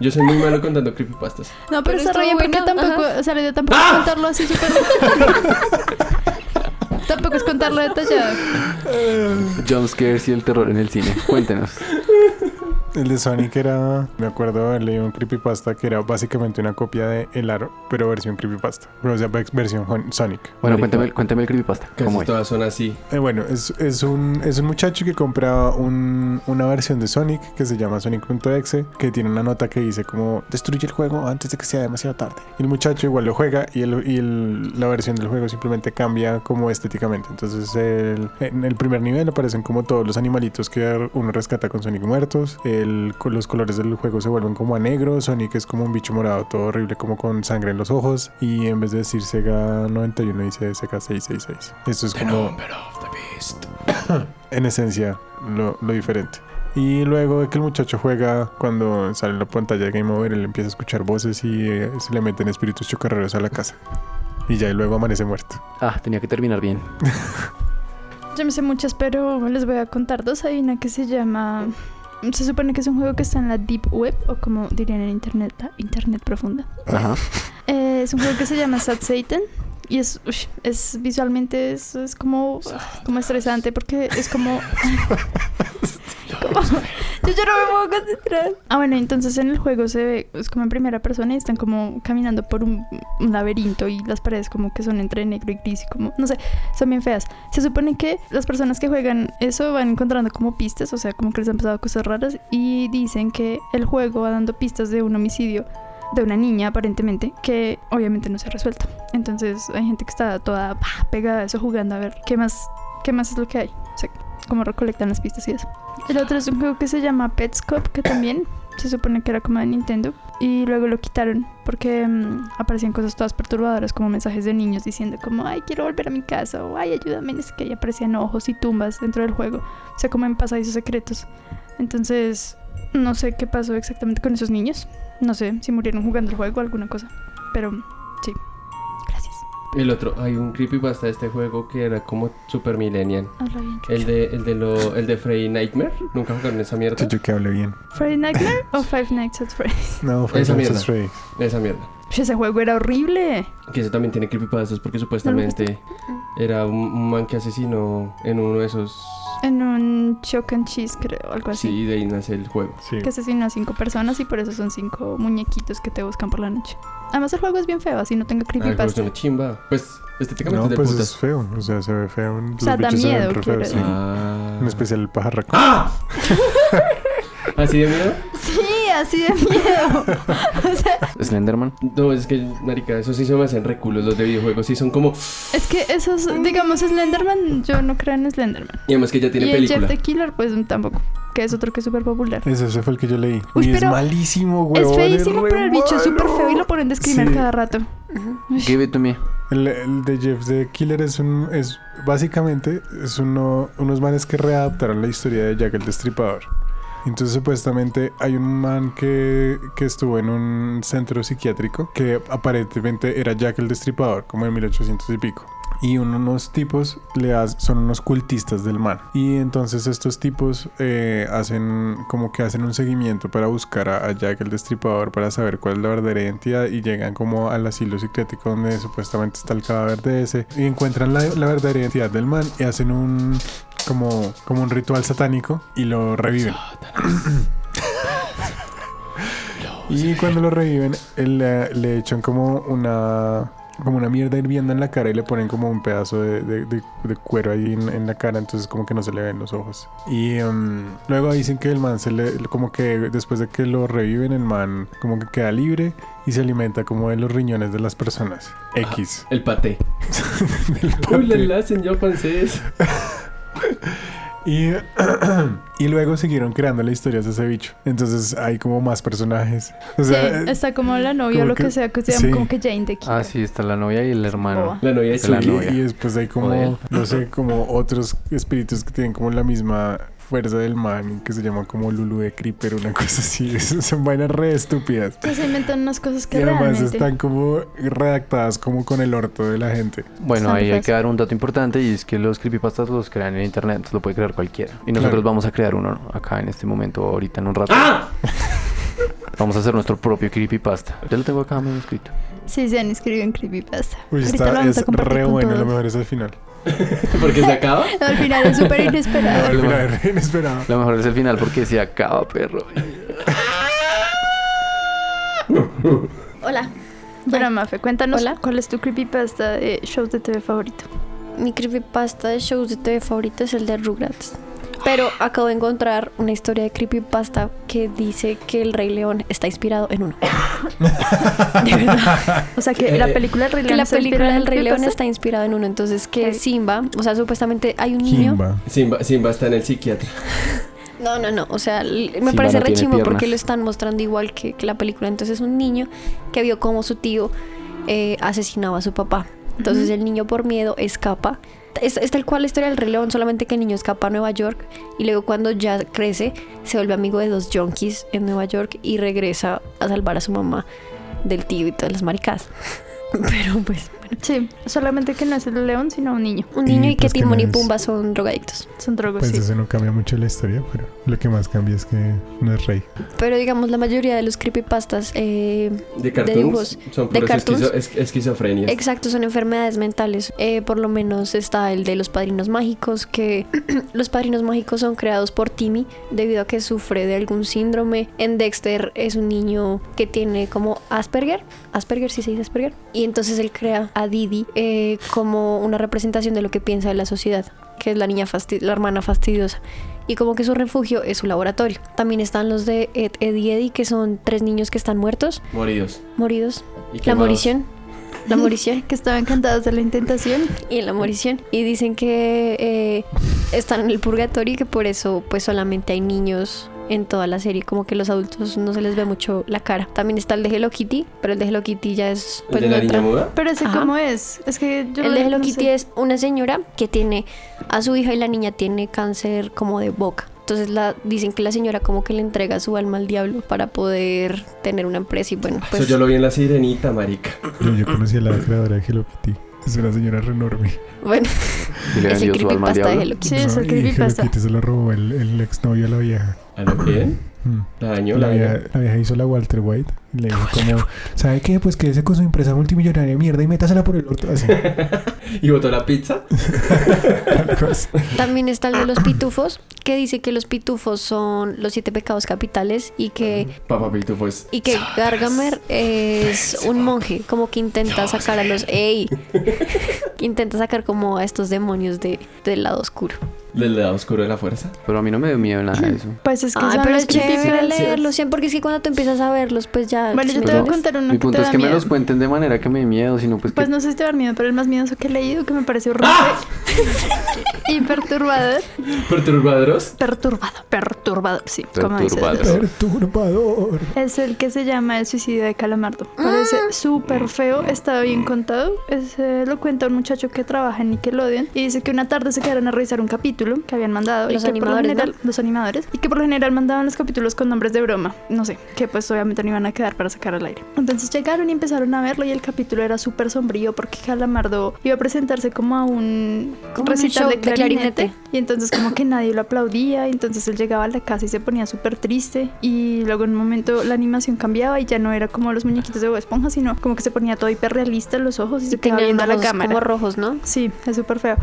Yo soy muy malo contando creepypastas.
No,
Pero
pero, está
estuvo
re bien porque
bueno,
tampoco, o sea, la idea tampoco es contarlo así súper. tampoco es contarlo detallado.
Jumpscares y el terror en el cine. Cuéntenos.
El de Sonic era, me acuerdo haber leído un creepypasta que era básicamente una copia de El Aro, pero versión creepypasta. Pero, o sea, vex- versión Hon- Sonic.
Bueno, cuéntame, cuéntame el creepypasta.
Casi
¿Cómo es?
todas son así.
Eh, bueno, es, es un, es un muchacho que compra un- una versión de Sonic que se llama Sonic.exe, que tiene una nota que dice como destruye el juego antes de que sea demasiado tarde. Y el muchacho igual lo juega y, el- y el- la versión del juego simplemente cambia como estéticamente. Entonces el- en el primer nivel aparecen como todos los animalitos que uno rescata con Sonic muertos. El, con los colores del juego se vuelven como a negro. Sonic es como un bicho morado, todo horrible, como con sangre en los ojos. Y en vez de decir Sega 91 dice Sega 666. Esto es como en esencia lo, lo diferente. Y luego de que el muchacho juega, cuando sale la pantalla de Game Over, él empieza a escuchar voces y eh, se le meten espíritus chocarreros a la casa. Y ya y luego amanece muerto.
Ah, tenía que terminar bien.
Yo me sé muchas, pero les voy a contar dos. Hay una que se llama. Se supone que es un juego que está en la Deep Web, o como dirían en Internet, la Internet profunda.
Ajá.
Eh, es un juego que se llama Sad Satan. Y es, ush, es visualmente es, es como, como estresante porque es como... como- Yo ya no me puedo concentrar. Ah, bueno, entonces en el juego se ve, es como en primera persona y están como caminando por un, un laberinto y las paredes como que son entre negro y gris y como, no sé, son bien feas. Se supone que las personas que juegan eso van encontrando como pistas, o sea, como que les han pasado cosas raras y dicen que el juego va dando pistas de un homicidio de una niña aparentemente que obviamente no se ha resuelto. Entonces hay gente que está toda pa, pegada a eso jugando a ver qué más, qué más es lo que hay. O sea, cómo recolectan las pistas y eso. El otro es un juego que se llama Pets Cup que también se supone que era como de Nintendo y luego lo quitaron porque mm, aparecían cosas todas perturbadoras como mensajes de niños diciendo como ay quiero volver a mi casa o ay ayúdame es que ahí aparecían ojos y tumbas dentro del juego o sea como en pasadizos secretos entonces no sé qué pasó exactamente con esos niños no sé si murieron jugando el juego o alguna cosa. Pero sí. Gracias.
El otro, hay un creepypasta de este juego que era como super millennial.
Habla bien, Chucho.
El de, el de lo, el de Freddy Nightmare. Nunca jugaron esa mierda.
Muchacho que hable bien.
¿Freddy Nightmare o Five Nights at Freddy's?
No, pues, fue
Esa
Princess
mierda.
Ray.
Esa mierda.
Ush, Ese juego era horrible.
Que ese también tiene creepypastas porque supuestamente era un, un man que asesinó en uno de esos.
En un Chuck and Cheese, creo, algo así.
Sí, de ahí nace el juego.
Sí.
Que asesinó a cinco personas y por eso son cinco muñequitos que te buscan por la noche. Además, el juego es bien feo, así no tengo
Ah, el juego es
creepypasta.
una chimba. Pues estéticamente
No,
es de
pues
putas.
es feo. O sea, se ve feo. Los
O sea, da
bichos se ven
miedo,
re
quiero
feos, sí.
decir.
Ah.
En especial el pajarraco.
¡Ah! ¿Así de miedo?
Sí, así de miedo. o sea,
Slenderman.
No, es que, marica, esos sí se me hacen reculos los de videojuegos. Sí, son como.
es que esos, digamos, Slenderman, yo no creo en Slenderman.
Y además que ya tiene
y el
película.
Jeff the Killer, pues tampoco. Que es otro que es súper popular.
Ese, ese fue el que yo leí.
Uy,
y es
pero
malísimo, güey.
Es feísimo, pero el bicho es súper feo y lo ponen de discriminar
Sí.
cada rato.
Give it to me.
El, el de Jeff the Killer es un es básicamente es uno unos manes que readaptaron la historia de Jack el Destripador. Entonces supuestamente hay un man que, que estuvo en un centro psiquiátrico que aparentemente era Jack el Destripador, como en 1800 y pico. Y un- unos tipos le haz- son unos cultistas del man. Y entonces estos tipos eh, hacen como que hacen un seguimiento para buscar a, a Jack el Destripador para saber cuál es la verdadera identidad y llegan como al asilo psiquiátrico donde supuestamente está el cadáver de ese y encuentran la, la verdadera identidad del man y hacen un como, como un ritual satánico y lo reviven.
Pues
Y cuando lo reviven, él, eh, le echan como una como una mierda hirviendo en la cara y le ponen como un pedazo de, de- de- de cuero ahí en, en la cara, entonces como que no se le ven los ojos. Y em, luego dicen que el man se le, como que después de que lo reviven, el man como que queda libre y se alimenta como de los riñones de las personas. X.
El paté.
Del
Ah. Uy, la,
pate.
la, señor francés.
Y, y luego siguieron creando las historias de ese bicho. Entonces hay como más personajes. O sea, eh,
sí, está como la novia o
como
lo que,
que-
sea, que se llama
sí.
como que Jane de Kira.
Ah, sí, está la novia y el hermano.
Boba.
La novia de
La
Y-
Chucky.
novia.
Y después hay
O de
como,
él.
no sé, como otros espíritus que tienen como la misma fuerza del man, que se llama como Lulu de Creeper, una cosa así. Esas Son vainas re estúpidas.
Que se inventan unas cosas que
Y además
realmente...
están como redactadas como con el orto de la gente.
Bueno,
Bastante
ahí hay
feas.
que dar un dato importante y es que los creepypastas los crean en internet, entonces lo puede crear cualquiera. Y nosotros
Claro.
vamos a crear uno acá en este momento, ahorita en un rato.
¡Ah!
Vamos a hacer nuestro propio creepypasta. Ya lo tengo acá medio escrito.
Sí, se han escrito en Creepypasta.
Uy,
Ahorita
está,
vamos a
es
compartir
re
con
bueno, lo
todos.
mejor es al final.
Porque se acaba.
No, al final es súper
No,
inesperado.
al
lo
final
mejor.
es re inesperado.
Lo mejor es el final porque se acaba, perro.
Hola.
Bueno, Mafe, cuéntanos
Hola.
cuál es tu creepypasta de shows de TV favorito.
Mi creepypasta de shows de TV favorito es el de Rugrats. Pero acabo de encontrar una historia de creepypasta que dice que el Rey León está inspirado en uno. de verdad.
O sea, que la película del Rey
Eh, Que
León
la
está
película
inspirada en
del Rey León
creepypasta.
está inspirada en uno. Entonces que
Ok.
Simba, o sea, supuestamente hay un niño.
Kimba.
Simba, Simba está en el psiquiatra.
No, no, no. O sea, l- me
Simba
parece
no
re
tiene
chimo porque
piernas.
lo están mostrando igual que, que la película. Entonces, un niño que vio cómo su tío eh, asesinaba a su papá. Entonces,
Ujú.
el niño por miedo escapa. Es, es tal cual la historia del Rey León, solamente que el niño escapa a Nueva York y luego cuando ya crece se vuelve amigo de dos junkies en Nueva York y regresa a salvar a su mamá del tío y todas las maricas. Pero pues, bueno,
Sí, solamente que no es el león, sino un niño.
un
Y,
niño y, que
pues, que
Timón
no
y
es-
Pumba son drogadictos.
Son drogos,
Pues
sí.
eso no cambia mucho la historia, pero lo que más cambia es que no es rey.
Pero digamos, la mayoría de los creepypastas eh,
De
dibujos.
cartoons. Son
De
puras
cartoons.
esquizo- es- esquizofrenias.
Exacto, son enfermedades mentales. Eh, por lo menos está el de los padrinos mágicos, que los padrinos mágicos son creados por Timmy debido a que sufre de algún síndrome. En Dexter es un niño que tiene como Asperger, Asperger si se dice Asperger, y entonces él crea a Didi eh, como una representación de lo que piensa de la sociedad, que es la niña fasti- la hermana fastidiosa. Y como que su refugio es su laboratorio. También están los de Ed, Eddie, Eddie, que son tres niños que están muertos,
Moridos.
moridos.
Y
La
quemados.
morición. La morición
Que estaban encantados de la intentación.
y en la morición. Y dicen que eh, están en el purgatorio y que por eso pues solamente hay niños en toda la serie, como que los adultos no se les ve mucho la cara. También está el de Hello Kitty, pero el de Hello Kitty ya es
¿El
pues
de la
otra-
niña muda?
Pero ese
Ajá.
cómo es. Es que yo
El de Hello
no
Kitty
sé.
es una señora que tiene a su hija y la niña tiene cáncer como de boca. Entonces la, dicen que la señora como que le entrega su alma al diablo para poder tener una empresa y bueno, pues
Ah, Eso yo lo vi en la sirenita, marica.
Yo, yo conocí a la creadora de Hello Kitty. Es una señora re enorme.
bueno,
Y le
ese
vendió su alma al
creepypasta de
diablo.
Hello Kitty.
Sí, es
No,
el
y Hello
creepypasta.
Kitty se lo robó el, el exnovio a la vieja.
¿A lo bien?
Mm.
La dañó,
la,
la
vieja,
dañó.
la vieja hizo la Walter White y le dijo como, ¿sabe qué? Pues quédese con su empresa multimillonaria de mierda y métasela por el orto. Así,
¿Y botó la pizza?
tal cosa.
También está el de los pitufos, que dice que los pitufos son los siete pecados capitales y
Ah.
que,
Papá pues, Pitufo es...
y que Gargamer es un monje, como que intenta sacar a los... ¡Ey! que intenta sacar como a estos demonios de, del lado oscuro.
Del lado oscuro de la fuerza.
Pero a mí no me dio miedo nada de eso.
Pues es que
Ay,
son
pero
los
es chévere
creepypastas.
leerlos, ¿sí? porque es que cuando tú empiezas a verlos, pues ya...
Bueno, yo te voy a
Pero
contar uno
Mi
que te
punto
da
es que me
miedo.
los cuenten de manera que me dé miedo, sino pues que...
Pues no sé si te va a dar miedo, pero el más miedoso que he leído que me parece horrible
Ah.
y perturbador.
¿Perturbadros?
Perturbado, perturbado, sí, como dices.
Perturbador.
Perturbador.
Es el que se llama El suicidio de Calamardo. Parece
Ah.
súper feo, está bien contado. Es, eh, lo cuenta un muchacho que trabaja en Nickelodeon y dice que una tarde se quedaron a revisar un capítulo que habían mandado. y
Los
que por lo
animadores, ¿no?
general- Los animadores. Y que por lo general mandaban los capítulos con nombres de broma. No sé, que pues obviamente no iban a quedar para sacar al aire. Entonces llegaron y empezaron a verlo y el capítulo era súper sombrío porque Calamardo iba a presentarse como a un
Como en un
recital
show
de
de
clarinete,
clarinete.
y entonces como que nadie lo aplaudía y entonces él llegaba a la casa y se ponía súper triste y luego en un momento la animación cambiaba y ya no era como los muñequitos de Bob Esponja sino como que se ponía todo hiperrealista en los ojos y se quedaba
Tenían
viendo a la
los ojos
cámara
como rojos, ¿no?
Sí, es súper feo.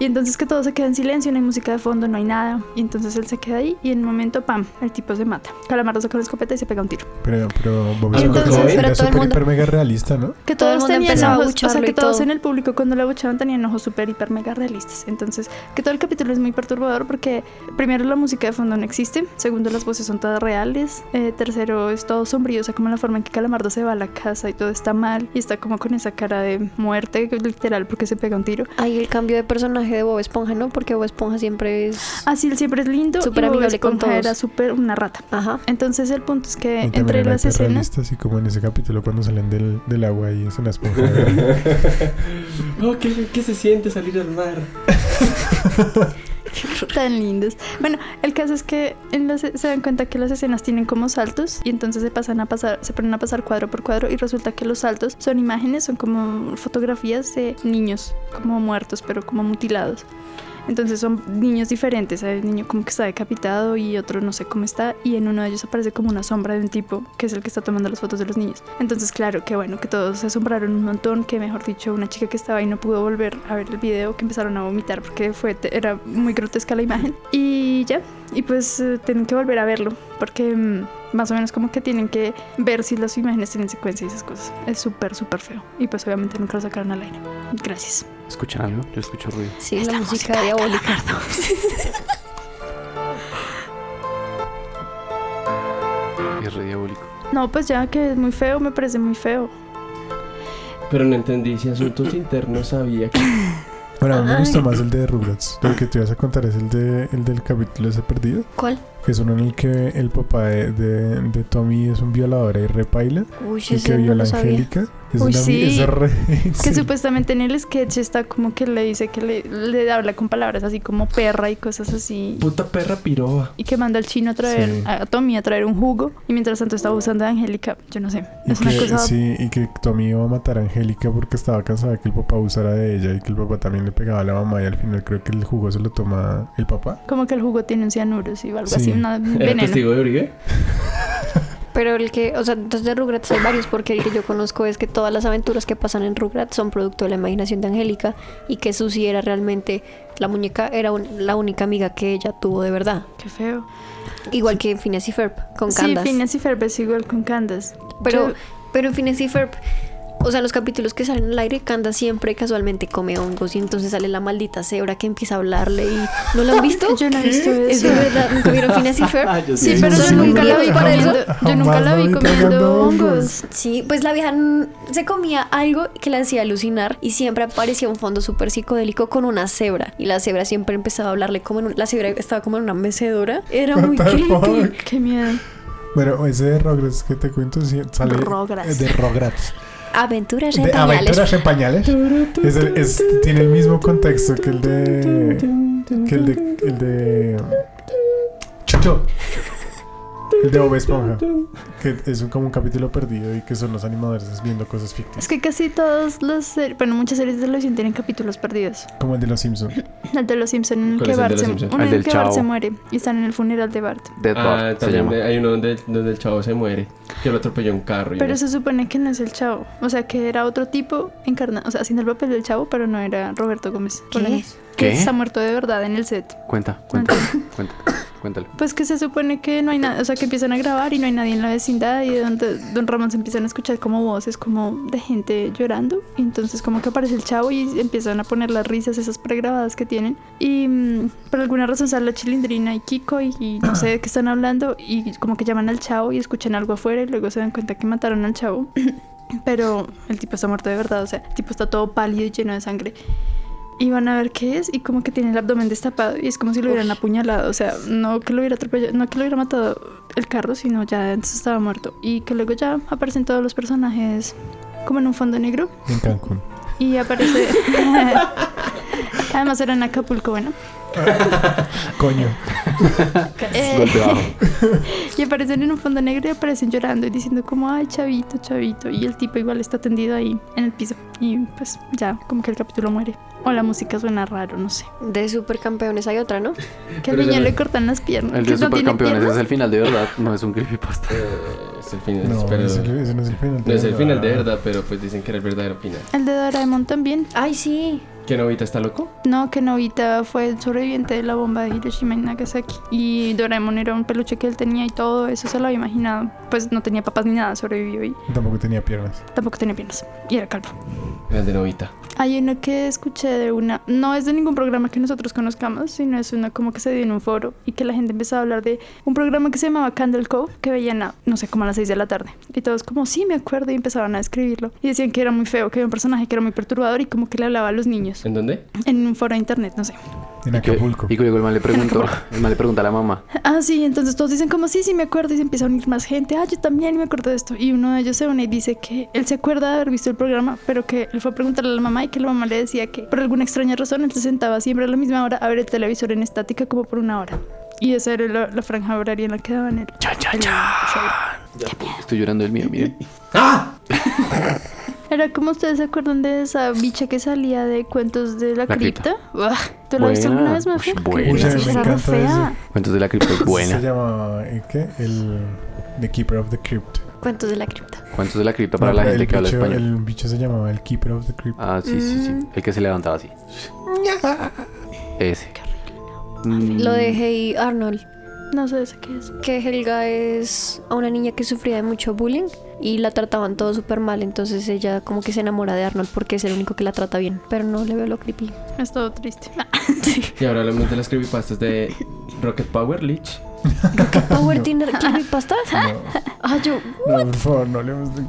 Y entonces que todo se queda en silencio, no hay música de fondo, no hay nada. Y entonces él se queda ahí y en un momento, pam, el tipo se mata. Calamardo saca una escopeta y se pega un tiro.
Pero, pero Bob
Ah,
Esponja
entonces, pero
era
todo el
súper
mundo- Eh,
hiper mega realista, ¿no?
Que
Todo el
todos
mundo
tenían
empezaba a
ojos, o sea,
bucharlo
que
y
todos
todo.
en el público cuando lo buchaban tenían ojos súper, hiper, mega realistas. Entonces, que todo el capítulo es muy perturbador porque primero la música de fondo no existe, segundo las voces son todas reales, eh, tercero es todo sombrío, o sea, como la forma en que Calamardo se va a la casa y todo está mal y está como con esa cara de muerte literal porque se pega un tiro.
Ahí el cambio de personaje de Bob Esponja, ¿no? Porque Bob Esponja siempre es...
Así él siempre es lindo.
Súper
y Bob
amigable con
Esponja
todos.
era súper una rata.
Ajá.
Entonces el punto es que
Y también
entre
era
las escenas...
hiperrealista, así como en ese capítulo cuando salen del, del agua y es una esponja. ¿verdad?
Oh, ¿qué, qué se siente salir al mar?
Tan lindos. Bueno, el caso es que en las- e, se dan cuenta que las escenas tienen como saltos y entonces se pasan a pasar, se ponen a pasar cuadro por cuadro y resulta que los saltos son imágenes, son como fotografías de niños, como muertos, pero como mutilados. Entonces son niños diferentes, hay un niño como que está decapitado y otro no sé cómo está y en uno de ellos aparece como una sombra de un tipo que es el que está tomando las fotos de los niños. Entonces claro, que bueno, que todos se asombraron un montón, que mejor dicho, una chica que estaba ahí no pudo volver a ver el video, que empezaron a vomitar porque fue, te- era muy grotesca la imagen y ya, y pues eh, tienen que volver a verlo porque mm, más o menos como que tienen que ver si las imágenes tienen secuencia y esas cosas. Es súper, súper feo y pues obviamente nunca lo sacaron al aire. Gracias.
¿Escuchan algo? Yo escucho ruido.
Sí, la, música, diabólica.
Es re diabólico.
No, pues ya que es muy feo, me parece muy feo.
Pero no entendí si asuntos internos sabía que.
bueno, a mí me
Ay.
gustó más el de Rugrats. Lo que te ibas a contar es el, de, el del capítulo ese perdido.
¿Cuál?
Que es uno en el que el papá de, de, de Tommy es un violador y repaila.
Uy,
Y que
ese no
viola
lo
a
sabía.
Angélica. Es
Uy,
una
sí.
esa re...
Que
sí.
supuestamente en el sketch está como que le dice que le, le habla con palabras así como perra y cosas así.
Puta perra piroba.
Y que manda al chino a traer
Sí.
a Tommy a traer un jugo. Y mientras tanto está abusando de Angélica. Yo no sé.
Y
Es una
que-
cosa.
Sí, y que Tommy iba a matar a Angélica porque estaba cansada de que el papá abusara de ella y que el papá también le pegaba a la mamá y al final creo que el jugo se lo toma el papá.
Como que el jugo tiene un cianuro, sí, o algo
Sí.
así, una
¿Era
veneno.
testigo de Uribe?
Pero el que, o sea, entonces de Rugrats hay varios, porque el que yo conozco es que todas las aventuras que pasan en Rugrats son producto de la imaginación de Angélica y que Susie era realmente la muñeca, era un- la única amiga que ella tuvo de verdad.
Qué feo.
Igual que en Phineas y Ferb, con
Sí,
Candace.
Phineas y Ferb es igual con Candas.
Pero,
Yo-
pero en Phineas y Ferb, o sea, los capítulos que salen al aire, Canda siempre casualmente come hongos y entonces sale la maldita cebra que empieza a hablarle y... ¿No lo han visto?
Yo no he visto
Es
eso.
de verdad, ¿nunca vieron Phineas y Ferb?
Ah, yo
Sí,
sí.
pero
Son
yo nunca la
muy
vi
buenos para eso.
comiendo. Yo nunca
Jamás
la
la
vi
vi
comiendo
pegando
hongos.
Sí, pues la vieja mm, se comía algo que la hacía alucinar y siempre aparecía un fondo súper psicodélico con una cebra. Y la cebra siempre empezaba a hablarle como en un- La cebra estaba como en una mecedora. Eh, Era muy
What the
creepy.
fuck?
Qué miedo.
Bueno, ese de Rograts que te cuento sí, sale
Rugrats.
eh, de Rograts.
Aventuras en
De Aventuras
pañales.
en Pañales. Es el- es- tiene el mismo contexto que el de... Que el de... El de... Chucho. El de Bob Esponja. Que es un- como un capítulo perdido y que son los animadores viendo cosas ficticias.
Es que casi todas las series, bueno, muchas series de televisión tienen capítulos perdidos.
Como el de los Simpsons.
El de los Simpson en el
¿Cuál es
que
el de
Bart
los
se,
Simpson?
uno
El
en el
del
que Bart
chavo.
se muere y están en el funeral de Bart.
Dead
Ah,
Bird se
también
llama.
hay uno donde, donde el chavo se muere. Que lo atropelló un carro. y
Pero
no-
se supone que no es el chavo, o sea, que era otro tipo encarnado, o sea, haciendo el papel del chavo, pero no era Roberto Gómez.
¿Qué?
Bolaños,
¿Qué?
Que está muerto de verdad en el set.
Cuenta, cuenta, cuenta, cuéntalo.
Pues que se supone que no hay nada, o sea, que empiezan a grabar y no hay nadie en la vecindad y donde Don Ramón se empiezan a escuchar como voces como de gente llorando y entonces como que aparece el chavo y empiezan a poner las risas esas pregrabadas que tienen y mm, por alguna razón sale la chilindrina y Kiko y, y no sé de qué están hablando y como que llaman al chavo y escuchan algo afuera y luego se dan cuenta que mataron al chavo. Pero el tipo está muerto de verdad, o sea, el tipo está todo pálido y lleno de sangre. Y van a ver qué es y como que tiene el abdomen destapado y es como si lo hubieran apuñalado, o sea, no que lo hubiera atropellado, no que lo hubiera matado el carro, sino ya entonces estaba muerto. Y que luego ya aparecen todos los personajes como en un fondo negro
En Cancún.
y aparece... Además era en Acapulco, bueno.
Coño.
Eh,
Golpeado.
y aparecen en un fondo negro y aparecen llorando y diciendo como, ay, chavito, chavito. Y el tipo igual está tendido ahí en el piso. Y pues ya, como que el capítulo muere. O la música suena raro, no sé.
De supercampeones hay otra, ¿no?
Que
Pero
al niño
ya no-
le cortan las piernas.
El
que
de
no tiene
Supercampeones es
piernas.
el final de verdad, no es un creepypasta.
Eh, Es el final,
No,
pero-
ese, ese no es el final.
no es el final de verdad, pero pues dicen que era el verdadero final.
El de Doraemon también. Ah,
Ay, sí.
¿Que Novita está loco?
No, que Novita fue el sobreviviente de la bomba de Hiroshima y Nagasaki. Y Doraemon era un peluche que él tenía y todo eso se lo había imaginado. Pues no tenía papas ni nada, sobrevivió y
Tampoco tenía piernas.
tampoco tenía piernas. Y era calvo.
El de Novita.
Hay uno que escuché de una, no es de ningún programa que nosotros conozcamos, sino es uno como que se dio en un foro y que la gente empezó a hablar de un programa que se llamaba Candle Cove, que veían a, no sé, como a las 6 de la tarde. Y todos como, sí, me acuerdo, y empezaron a escribirlo. Y decían que era muy feo, que había un personaje que era muy perturbador y como que le hablaba a los niños
¿En dónde?
en un foro de internet, no sé.
En
Y que-
Acapulco.
Y que luego el man le preguntó, el man le pregunta a la mamá.
Ah, sí, entonces todos dicen como, sí, sí, me acuerdo, y se empieza a unir más gente, ah, yo también me acuerdo de esto. Y uno de ellos se une y dice que él se acuerda de haber visto el programa, pero que él fue a preguntarle a la mamá y que la mamá le decía que por alguna extraña razón él se sentaba siempre a la misma hora a ver el televisor en estática como por una hora. Y esa era la, la franja horaria en la que daban el... el-
Estoy llorando del miedo, miren.
Era como ustedes se acuerdan de esa bicha que salía de cuentos de la,
La cripta.
cripta. Uah, ¿Tú la viste
Buena.
alguna vez más?
Ush, buena. Uy,
a mí me
Esa
encanta
fea.
Cuentos de la cripta es
Se
buena.
llama ¿eh, ¿qué? El The Keeper of the Crypt.
Cuentos de la cripta.
Cuentos de la cripta para la
No,
gente
el
que habla
bicho-
español.
El bicho se llamaba el Keeper of the Crypt.
Ah, sí, sí, sí.
Mm.
El que se levantaba así. Ese. Mm,
Lo de Hey Arnold.
No sé esa qué es.
que Helga es a una niña que sufría de mucho bullying y la trataban todo súper mal, entonces ella como que se enamora de Arnold porque es el único que la trata bien, pero no le veo lo creepy.
Es todo triste.
Y ahora hablamos de las creepypastas de Rocket Power Leech.
Power tiene creepypasta? Ah, yo
No, por favor, no hablemos de
Ah,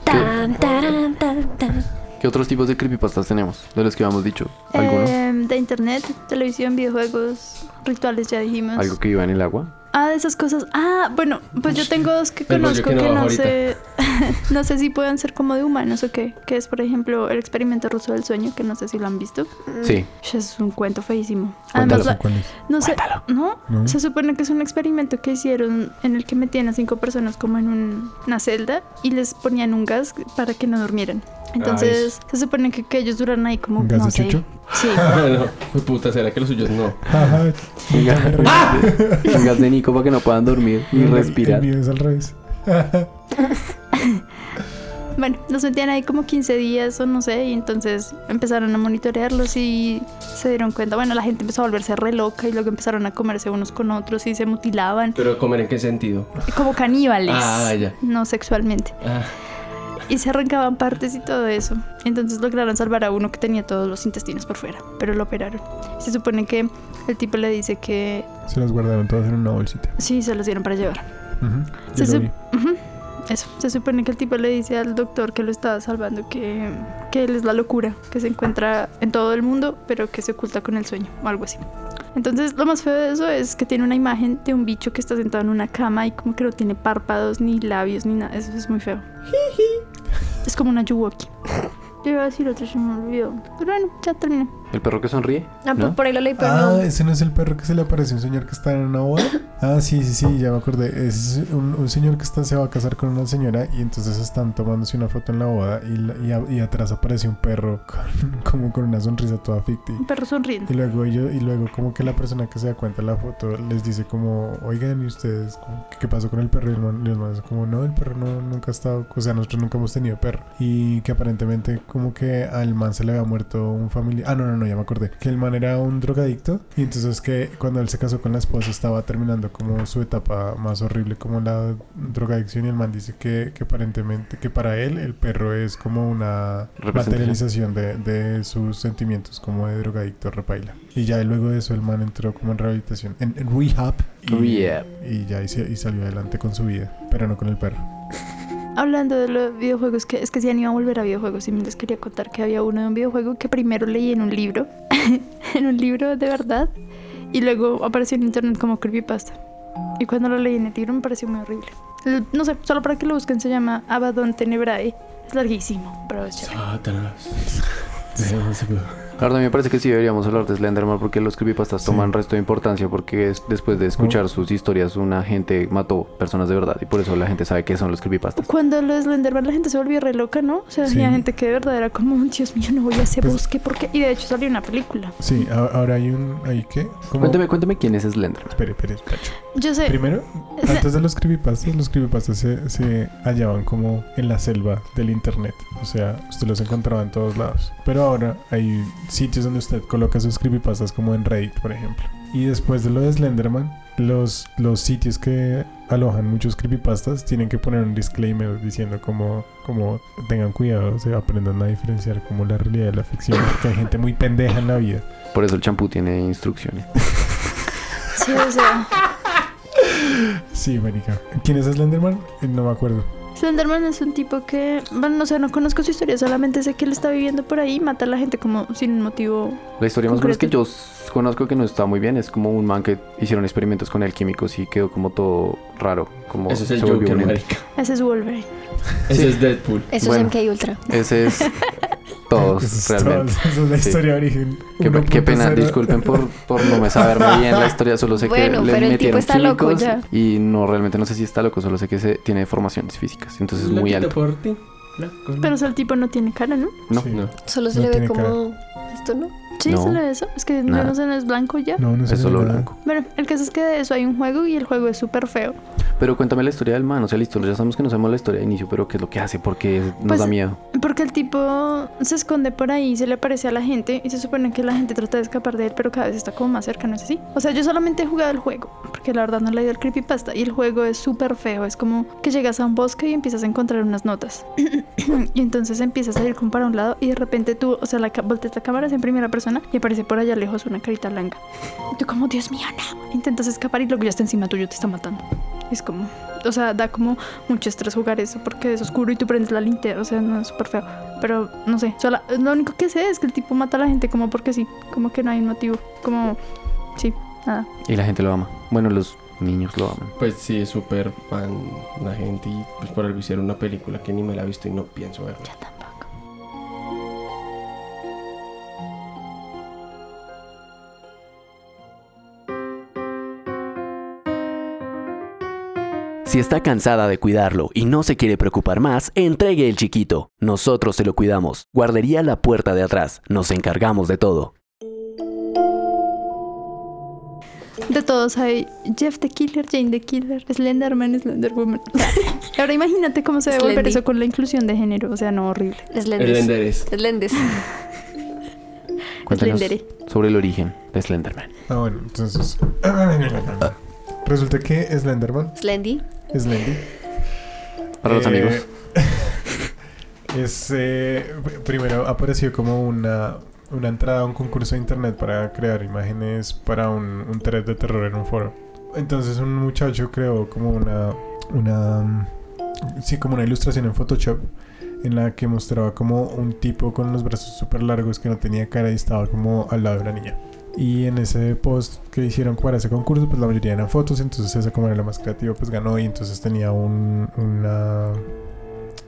tan taran, tan tan.
¿Qué otros tipos de creepypastas tenemos? De los que habíamos dicho. ¿Alguno?
Em, de internet, televisión, videojuegos, rituales, ya dijimos.
¿Algo que iba en el agua?
Ah, de esas cosas. Ah, bueno, pues yo tengo dos que
El rollo
conozco
que
que
no
no,
baja
sé. no sé si puedan ser como de humanos o qué. Que es, por ejemplo, el experimento ruso del sueño, que no sé si lo han visto.
Sí.
Sh, Es un cuento feísimo.
Cuéntalo.
Además, la-
cuál es.
no sé. ¿No?
No.
Se supone que es un experimento que hicieron en el que metían a cinco personas como en un- una celda y les ponían un gas para que no durmieran. Entonces, se supone que, que ellos duran ahí como.
¿Un gas
no
de
sé.
chucho?
Sí.
no, fue puta, ¿será que los suyos no?
Ajá.
Vengas de Nico para que no puedan dormir ni
El-
Ah. respirar.
El mío es al revés.
Bueno, los metían ahí como 15 días o no sé, y entonces empezaron a monitorearlos y se dieron cuenta, bueno, la gente empezó a volverse re loca y luego empezaron a comerse unos con otros y se mutilaban,
Pero comer en qué sentido?
como caníbales,
Ah, ya.
no sexualmente,
Ah,
y se arrancaban partes y todo eso. Entonces lograron salvar a uno que tenía todos los intestinos por fuera, pero lo operaron. Se supone que el tipo le dice que
Se las guardaron todas en una bolsita.
sí, se los dieron para llevar.
Ujú,
Se
ya lo
sup-
vi.
Ujú, Eso, se supone que el tipo le dice al doctor que lo estaba salvando que, que él es la locura, que se encuentra en todo el mundo, pero que se oculta con el sueño o algo así. Entonces, lo más feo de eso es que tiene una imagen de un bicho que está sentado en una cama y como que no tiene párpados, ni labios, ni nada. Eso es muy feo. es como una yuwoki. Yo iba a decir otro, se me olvidó. Pero bueno, ya terminé.
¿El perro que sonríe?
Ah,
¿No?
por ahí lo leí, pero
Ah,
no.
ese no es el perro que se le apareció un señor que está en una boda. Ah, sí, sí, sí, ya me acordé. Es un, un señor que está, se va a casar con una señora y entonces están tomándose una foto en la boda y, la- y, a- y atrás aparece un perro con- como con una sonrisa toda ficti.
Un perro sonriendo.
Y luego ellos, y luego como que la persona que se da cuenta de la foto les dice como, oigan, ¿y ustedes como, qué- qué pasó con el perro? Y los man- y los manes como, no, el perro no, nunca ha estado, o sea, nosotros nunca hemos tenido perro. Y que aparentemente como que al man se le había muerto un familiar. Ah, no, no, no, ya me acordé. Que el man era un drogadicto. Y entonces que cuando él se casó con la esposa estaba terminando como su etapa más horrible como la drogadicción. Y el man dice que, que aparentemente, que para él el perro es como una
Representación.
realización de, de sus sentimientos como de drogadicto repaila. Y ya luego de eso el man entró como en rehabilitación, en, en rehab. Y,
Rehab.
Y ya y, se- y salió adelante con su vida, pero no con el perro.
Hablando de los videojuegos, que es que se han ido a volver a videojuegos y les quería contar que había uno de un videojuego que primero leí en un libro, en un libro de verdad, y luego apareció en internet como creepypasta. Y cuando lo leí en el libro me pareció muy horrible. L- No sé, solo para que lo busquen se llama Abaddon Tenebrae. Es larguísimo, pero es chévere.
Satanás. Veamos,
La verdad, a mí me parece que sí deberíamos hablar de Slenderman porque los creepypastas toman resto de importancia porque es- después de escuchar sus historias una gente mató personas de verdad y por eso la gente sabe qué son los creepypastas.
Cuando lo de Slenderman la gente se volvió re loca, ¿no? O sea,
Sí. Pues
había gente que de verdad era como, Dios mío, no voy a ese bosque porque... Y de hecho salió una película.
Sí, a- ahora hay un. ¿Hay qué? ¿Cómo?
Cuéntame, cuéntame quién es Slenderman.
Espere, espere, Tacho.
Yo sé...
Primero, antes de los creepypastas, los creepypastas se, se hallaban como en la selva del internet. O sea, usted los encontraba en todos lados. Pero ahora hay sitios donde usted coloca sus creepypastas, como en Reddit, por ejemplo. Y después de lo de Slenderman, los, los sitios que alojan muchos creepypastas tienen que poner un disclaimer diciendo como, como tengan cuidado, o sea, aprendan a diferenciar como la realidad de la ficción, porque hay gente muy pendeja en la vida.
Por eso el champú tiene instrucciones.
Sí, o sea...
Sí, marica. ¿Quién es Slenderman? Eh, No me acuerdo.
Slenderman es un tipo que, bueno, o sea, no conozco su historia, solamente sé que él está viviendo por ahí y mata a la gente como sin un motivo.
La historia más o menos que
Concreto.
yo s- conozco que no está muy bien es como un man que hicieron experimentos con él químicos y quedó como todo raro. Como
Ese es el
se volvió
Joker,
un ente.
marica.
Ese es Wolverine.
Ese es Deadpool.
Eso
Bueno.
es MK Ultra.
Ese es
Eso es
todos realmente.
todo, esa es la
Sí.
historia de origen.
Qué, pe- qué pena,
1.0.
disculpen por, por no me saberme bien la historia, solo sé
Bueno,
que le
pero el
metieron
tipo está loco
químicos
ya.
y no realmente no sé si está loco, solo sé que se tiene deformaciones físicas, entonces es muy
Loquito
alto.
por ti, loco.
Pero o sea, el tipo no tiene cara, ¿no?
No,
Sí.
No.
Solo se
No
le
tiene
ve como. Esto no.
Sí,
No.
solo eso. Es que
Nada.
no sé, no es blanco ya.
No, no sé
es solo
nada.
blanco.
Bueno, el caso es que de eso hay un juego y el juego es súper feo.
Pero cuéntame la historia del man, o sea, listo, ya sabemos que no sabemos la historia de inicio, pero qué es lo que hace, porque nos
Pues-
da miedo.
Porque el tipo se esconde por ahí, se le aparece a la gente y se supone que la gente trata de escapar de él, pero cada vez está como más cerca, ¿no es así? O sea, yo solamente he jugado el juego, porque la verdad no le he ido el creepypasta y el juego es súper feo, es como que llegas a un bosque y empiezas a encontrar unas notas. y entonces empiezas a ir como para un lado y de repente tú, o sea, la ca- volteas la cámara es en primera persona y aparece por allá lejos una carita blanca. Y tú como, Dios mío, no. Intentas escapar y lo que ya está encima tuyo te está matando. Es como, o sea, da como mucho estrés jugar eso porque es oscuro y tú prendes la linterna, o sea, no es súper feo. Pero no sé, sola- lo único que sé es que el tipo mata a la gente como porque sí, como que no hay un motivo, como sí, nada.
Y la gente lo ama. Bueno, los niños lo aman.
Pues sí, es súper fan la gente y pues por algo hicieron una película que ni me la he visto y no pienso verla.
Si está cansada de cuidarlo y no se quiere preocupar más, entregue el chiquito. Nosotros se lo cuidamos. Guardería la puerta de atrás. Nos encargamos de todo.
De todos hay Jeff the Killer, Jane the Killer, Slenderman, Slenderwoman. Ahora imagínate cómo se debe volver
Slendy.
eso con la inclusión de género, o sea, no horrible.
Es
El
Lendes.
Enderes.
Es Lendes.
Cuéntanos
Slendery.
sobre el origen de Slenderman.
Ah, bueno, entonces. Resulta que Slenderman,
Slendy.
Slendy.
Para los
eh,
amigos.
Es. eh, primero apareció como una, una entrada a un concurso de internet para crear imágenes para un, un thread de terror en un foro. Entonces un muchacho creó como una. Una. mm, Sí, como una ilustración en Photoshop en la que mostraba como un tipo con los brazos súper largos que no tenía cara y estaba como al lado de una niña. Y en ese post que hicieron para ese concurso, pues la mayoría eran fotos, entonces ese como era lo más creativo, pues ganó y entonces tenía un, una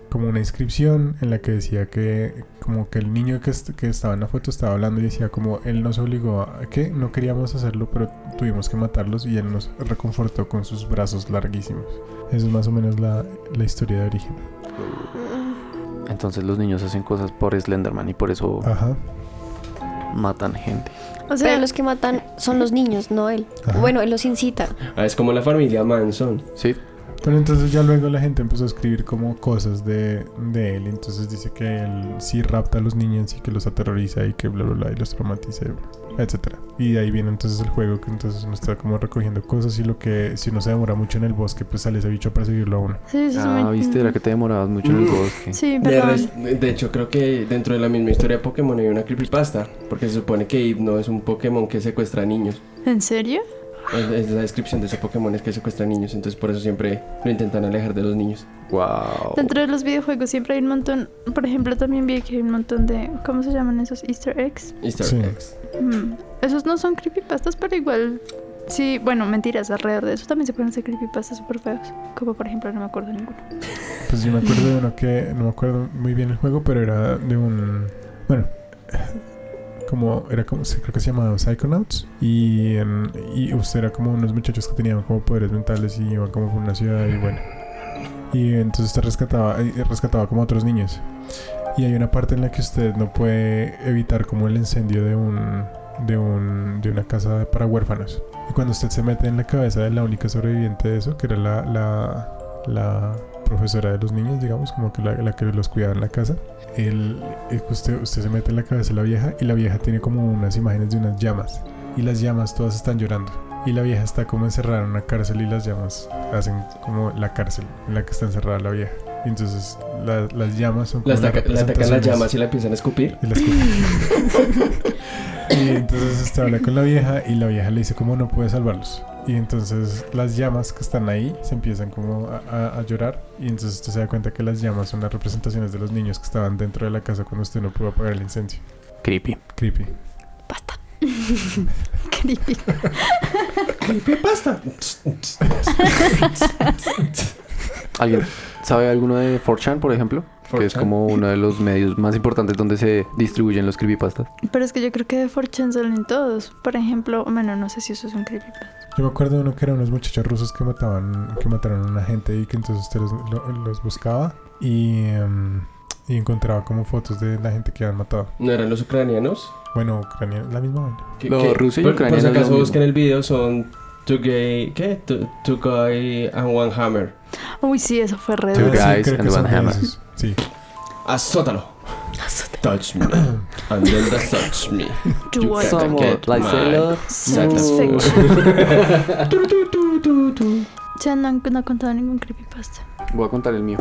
como una inscripción en la que decía que como que el niño que, est- que estaba en la foto estaba hablando y decía como él nos obligó a que no queríamos hacerlo, pero tuvimos que matarlos y él nos reconfortó con sus brazos larguísimos. Eso es más o menos la, la historia de origen.
Entonces los niños hacen cosas por Slenderman y por eso
Ajá. Ah.
matan gente.
O sea,
Pero los que matan son los niños, no él.
Ajá.
Bueno, él los incita.
Ah, es como la familia Manson.
Sí,
Pero entonces ya luego la gente empezó a escribir como cosas de, de él. Entonces dice que él sí rapta a los niños y que los aterroriza y que bla bla bla y los traumatiza, etcétera. Y de ahí viene entonces el juego que entonces uno está como recogiendo cosas y lo que si uno se demora mucho en el bosque pues sale ese bicho a perseguirlo a uno.
sí, eso es
Ah,
muy-
viste, era que te demorabas mucho en el
Mm.
bosque.
Sí,
De,
perdón.
res- de hecho, creo que dentro de la misma historia de Pokémon hay una creepypasta. Porque se supone que Hypno es un Pokémon que secuestra niños.
¿En serio?
Es, es la descripción de ese Pokémon es que secuestra niños. Entonces, por eso siempre lo intentan alejar de los niños.
Wow.
Dentro de los videojuegos siempre hay un montón, por ejemplo, también vi que hay un montón de, ¿cómo se llaman esos easter eggs?
Easter
Sí.
eggs.
Mm, Esos no son creepypastas, pero igual. Sí, bueno, mentiras, alrededor de eso también se pueden hacer creepypastas súper feos. Como por ejemplo, no me acuerdo ninguno.
Pues yo me acuerdo de uno que no me acuerdo muy bien el juego, pero era de un bueno, como, era como, sí, creo que se llamaba Psychonauts. Y, en- y usted era como unos muchachos que tenían como poderes mentales y iban como por una ciudad y bueno. Y entonces te rescataba, eh, rescataba como a otros niños. Y hay una parte en la que usted no puede evitar como el incendio de un, de un, de una casa para huérfanos. Y cuando usted se mete en la cabeza de la única sobreviviente de eso, que era la, la, la profesora de los niños, digamos, como que la, la que los cuidaba en la casa, el, eh, usted, usted se mete en la cabeza de la vieja y la vieja tiene como unas imágenes de unas llamas. Y las llamas todas están llorando. Y la vieja está como encerrada en una cárcel y las llamas hacen como la cárcel en la que está encerrada la vieja. Y entonces la- las llamas son como
La, ataca- la atacan las
representaciones
llamas y la empiezan a escupir.
de las que- y entonces usted habla con la vieja y la vieja le dice como no puede salvarlos. Y entonces las llamas que están ahí se empiezan como a, a- a llorar y entonces usted se da cuenta que las llamas son las representaciones de los niños que estaban dentro de la casa cuando usted no pudo apagar el incendio.
Creepy.
Creepy.
Basta.
Creepy.
Creepypasta.
¿Alguien sabe alguno de 4chan, por ejemplo? Que es
4chan.
como uno de los medios más importantes donde se distribuyen los creepypastas.
Pero es que yo creo que de 4chan salen todos. Por ejemplo, bueno, no sé si eso es un creepypasta.
Yo me acuerdo de uno que eran unos muchachos rusos que mataban, que mataron a una gente y que entonces usted los, lo- los buscaba y, em, y encontraba como fotos de la gente que habían matado.
¿No eran los ucranianos?
Bueno, Ucrania, la misma vaina.
¿Qué-
No,
qué?
Rusia y
Por-
Ucrania
Por si
no es lo
acaso
mismo.
busquen el video, son Two Gay. ¿Qué? Two, two Guy and One Hammer.
Uy, sí, eso fue re
Two
Ah,
duro.
sí,
guys
creo que
and
son
one hammer.
esos. Sí.
Azótalo. Touch me. And then the touch me.
You
You
want
suck.
some
Somewhat like Sailor
satisfaction. O sea, no han, no han contado ningún creepypasta.
Voy a contar el mío.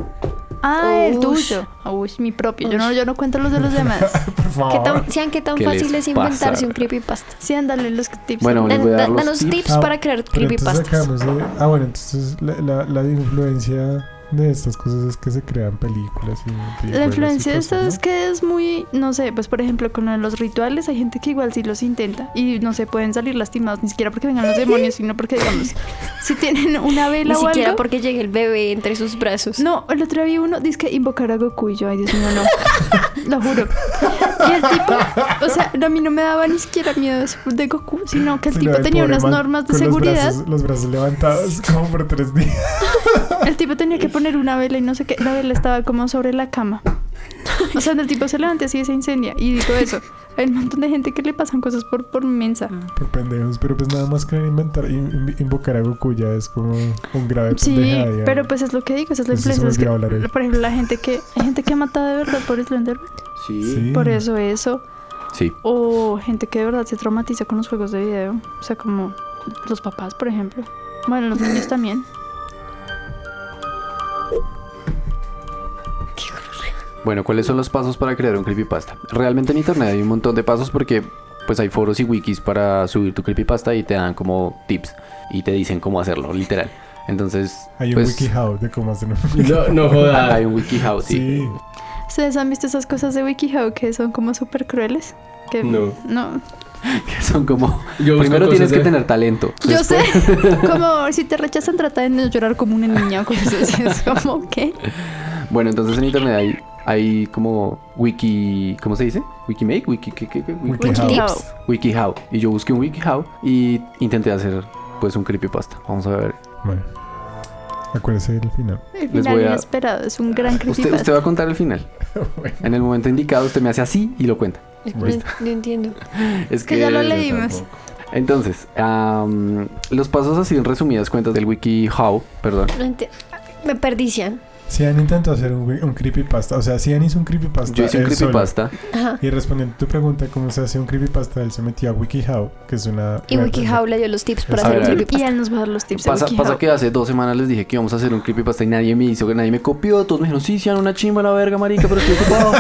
Ah, el
Ush.
tuyo. Uy, mi propio. Yo no, yo no cuento los de los demás.
Por favor.
¿Qué tan, sean qué tan
Ah, ¿Qué
fácil
les
es
pasa?
inventarse un creepypasta.
Sí, ándale los tips.
Bueno, les
Dan-
voy a dar
dan-
los
danos tips,
tips.
Ah,
para crear
Pero entonces
creepypastas.
acabamos de- Ah, bueno, entonces la, la- la influencia de estas cosas es que se crean películas y
La
videojuegos
influencia
y
de
cosas,
esto
¿no?
es que es muy, no sé, pues por ejemplo con lo de los rituales hay gente que igual sí los intenta y no se pueden salir lastimados, ni siquiera porque vengan los demonios, sino porque digamos, si tienen una vela
Ni
o
siquiera
algo.
porque llegue el bebé entre sus brazos.
No, el otro día vi uno, dice que invocar a Goku y yo, ay Dios mío, no. Lo juro. Y el tipo, o sea, a mí no me daba ni siquiera miedo eso de Goku, sino que el
Sí,
tipo
no, el
tenía
pobre
unas
man
normas
con
de
Los
seguridad.
brazos, los brazos levantados como por tres días.
El tipo tenía que poner una vela y no sé qué. La vela estaba como sobre la cama. O sea, cuando el tipo se levanta así se incendia. Y digo eso. Hay un montón de gente que le pasan cosas por, por mensa.
Por pendejos, pero pues nada más creen inventar, in- in- invocar a Goku ya es como un grave
Sí,
pendejada, ya.
pero pues es lo que digo, esa es la
Pues eso
influencia.
me
Es que,
olvidó hablar hoy.
por ejemplo, la gente que, hay gente que ha matado de verdad por Slenderman.
Sí.
pues Por eso, eso.
Sí.
O gente que de verdad se traumatiza con los juegos de video. O sea, como los papás, por ejemplo. Bueno, los niños también.
Bueno, ¿cuáles son los pasos para crear un creepypasta? Realmente en internet hay un montón de pasos porque pues hay foros y wikis para subir tu creepypasta y te dan como tips y te dicen cómo hacerlo, literal. Entonces,
Hay un
pues,
wikihow de cómo hacer un
No, no
hay
jodas.
un wikihow, sí.
Sí.
¿Ustedes han visto esas cosas de WikiHow que son como súper crueles? Que,
No.
No,
que son como
Yo busco
primero
cosas
tienes que
de-
tener talento.
Yo sé,
Después-
como si te rechazan, trata de no llorar como una niña o cosas así. Es como, ¿qué?
Bueno, entonces en internet hay hay como wiki, ¿cómo se dice? Wikimake, wiki qué, qué, qué?
Wiki-
Wikileaks.
wikihow y yo busqué un wikihow y intenté hacer pues un creepypasta. Vamos a ver.
Bueno. Acuérdese del final.
El
Les
final
voy a-
inesperado, es un gran
Usted,
creepypasta.
usted va a contar el final.
Bueno.
En el momento indicado usted me hace así y lo cuenta.
No, no entiendo.
Es
Que ya lo leímos.
Entonces, am, los pasos así en resumidas cuentas del WikiHow, perdón.
No enti- Me perdician.
Si han intentado hacer un, wi- un creepypasta, o sea, si han hizo un creepypasta.
Yo hice un
él solo.
creepypasta.
Ajá.
Y respondiendo a tu pregunta, ¿cómo se hace un creepypasta? Él se metió a WikiHow, que es una.
Y
una-
WikiHow le dio los tips para
A
hacer
ver,
un
a ver.
creepypasta.
Y él nos va a dar los tips de
Pasa,
WikiHow.
pasa que hace dos semanas les dije que íbamos a hacer un creepypasta y nadie me hizo, que nadie me copió. Todos me dijeron, sí, sean una chimba la verga, marica, pero estoy ocupado.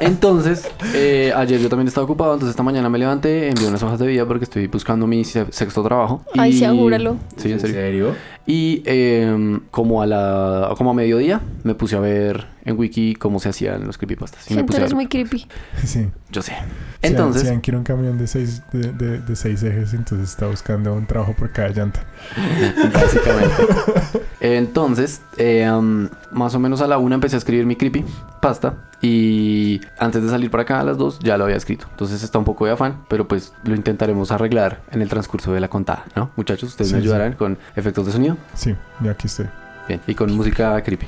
entonces, eh, ayer yo también estaba ocupado, entonces esta mañana me levanté, envié unas hojas de vida porque estoy buscando mi se- sexto trabajo.
Ay,
y-
sí, júralo.
Sí, en serio.
serio?
Y em, como a la como a mediodía me puse a ver en wiki cómo se hacían los creepypastas. Y me
Siento
puse a
eres
ver-
muy creepy.
Sí.
Yo sé.
Sean-
Entonces,
Sean quiere un camión de seis, de, de- de seis ejes, entonces está buscando un trabajo por cada llanta.
básicamente. Entonces, eh, um, más o menos a la una empecé a escribir mi creepy pasta y antes de salir para acá a las dos ya lo había escrito. Entonces está un poco de afán, pero pues lo intentaremos arreglar en el transcurso de la contada, ¿no? Muchachos, ustedes
Sí,
me
sí.
ayudarán con efectos de sonido,
Sí, ya aquí estoy.
bien, y con música creepy.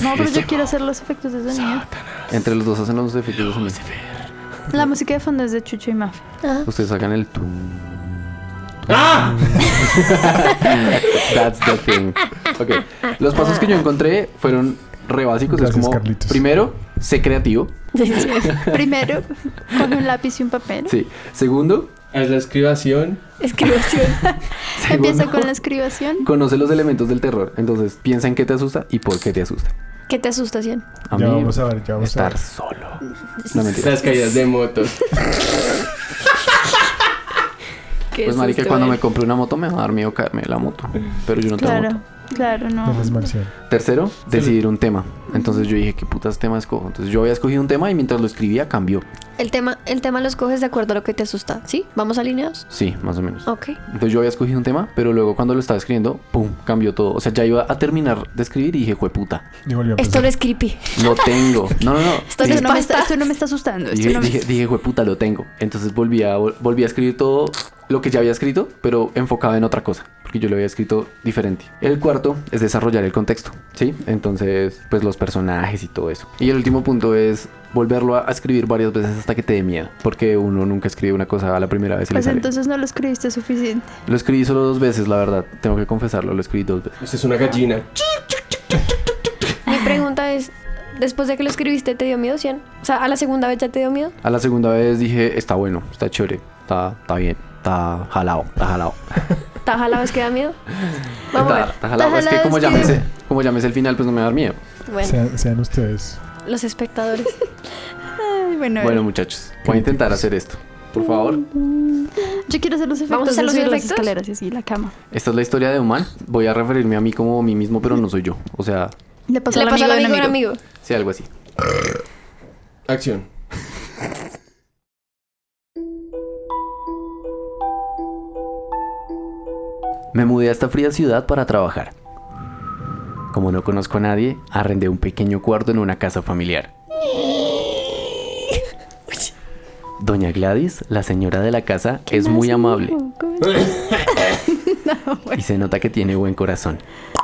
No, pero yo quiero hacer los efectos de sonido.
Entre los dos hacen los efectos de sonido.
La música de fondo es de Chucho y Mafia.
Ah,
Ustedes sacan el tum.
¡Ah!
That's the thing. Ok. Los pasos que yo encontré fueron re básicos. es
Gracias,
como,
Carlitos.
primero, sé creativo.
Primero, coge un lápiz y un papel.
Sí. Segundo,
Es la escribación.
escribación.
Empieza
segundo,
con la escribación.
conoce los elementos del terror. Entonces, piensa en qué te asusta y por qué te asusta.
¿Qué te asusta, Cian?
A
ya
mí,
vamos a ver, ya vamos a
estar
ver.
solo. No mentira.
Las caídas de motos.
Pues, marica,
eh.
cuando me compré una moto me va a dar miedo caerme de la moto. Pero yo no tengo moto.
Claro, claro, no.
Menos mal, Sean.
Tercero, decidir un tema. Entonces yo dije, ¿qué putas tema escojo? Entonces yo había escogido un tema y mientras lo escribía cambió.
El tema, el tema los coges de acuerdo a lo que te asusta, ¿sí? ¿Vamos alineados?
Sí, más o menos.
Ok.
Entonces yo había escogido un tema, pero luego cuando lo estaba escribiendo, pum, cambió todo. O sea, ya iba a terminar de escribir y dije, puta,
Y volvió a
Esto
empezar.
no es creepy.
lo tengo. No, no, no.
Esto
Dije-
es
Esto no, me está,
pasta.
esto no me está asustando. Esto
Dije,
no me-
dije, dije, puta, lo tengo. Entonces volví a, vol- volví a escribir todo lo que ya había escrito, pero enfocado en otra cosa, porque yo lo había escrito diferente. El cuarto es desarrollar el contexto, ¿sí? Entonces, pues los personajes y todo eso. Y el último punto es volverlo a a escribir varias veces hasta que te dé miedo, porque uno nunca escribe una cosa a la primera vez y le
Pues
sale.
entonces no lo escribiste suficiente.
Lo escribí solo dos veces, la verdad, tengo que confesarlo, lo escribí dos veces.
Eso es una gallina.
Mi pregunta es, después de que lo escribiste, ¿te dio miedo, Cian? O sea, ¿a la segunda vez ya te dio miedo?
A la segunda vez dije, está bueno, está chévere, está, está bien, está jalado, está jalado.
¿Taja la vez que da miedo? Vamos a
Está,
ver.
está jalado. Es
jalado,
que como
es
ya,
que-
me sé, como ya me sé el final, pues no me va a dar miedo.
Bueno,
Sean, sean ustedes.
los espectadores.
Ay, bueno,
Bueno, muchachos, voy a intentar hacer esto. Por favor,
Mm.
yo quiero hacer los efectos.
¿Vamos a hacer los
de subir las
efectos?
escaleras y así, la cama.
esta es la historia de un man. Voy a referirme a mí como mí mismo, pero no soy yo. O sea,
Le pasó
Le
al
pasa
amigo
al
de un
amigo, a un
amigo.
amigo.
sí, algo así.
Acción.
Me mudé a esta fría ciudad para trabajar. Como no conozco a nadie, arrendé un pequeño cuarto en una casa familiar. Doña Gladys, la señora de la casa, es muy amable y se nota que tiene buen corazón.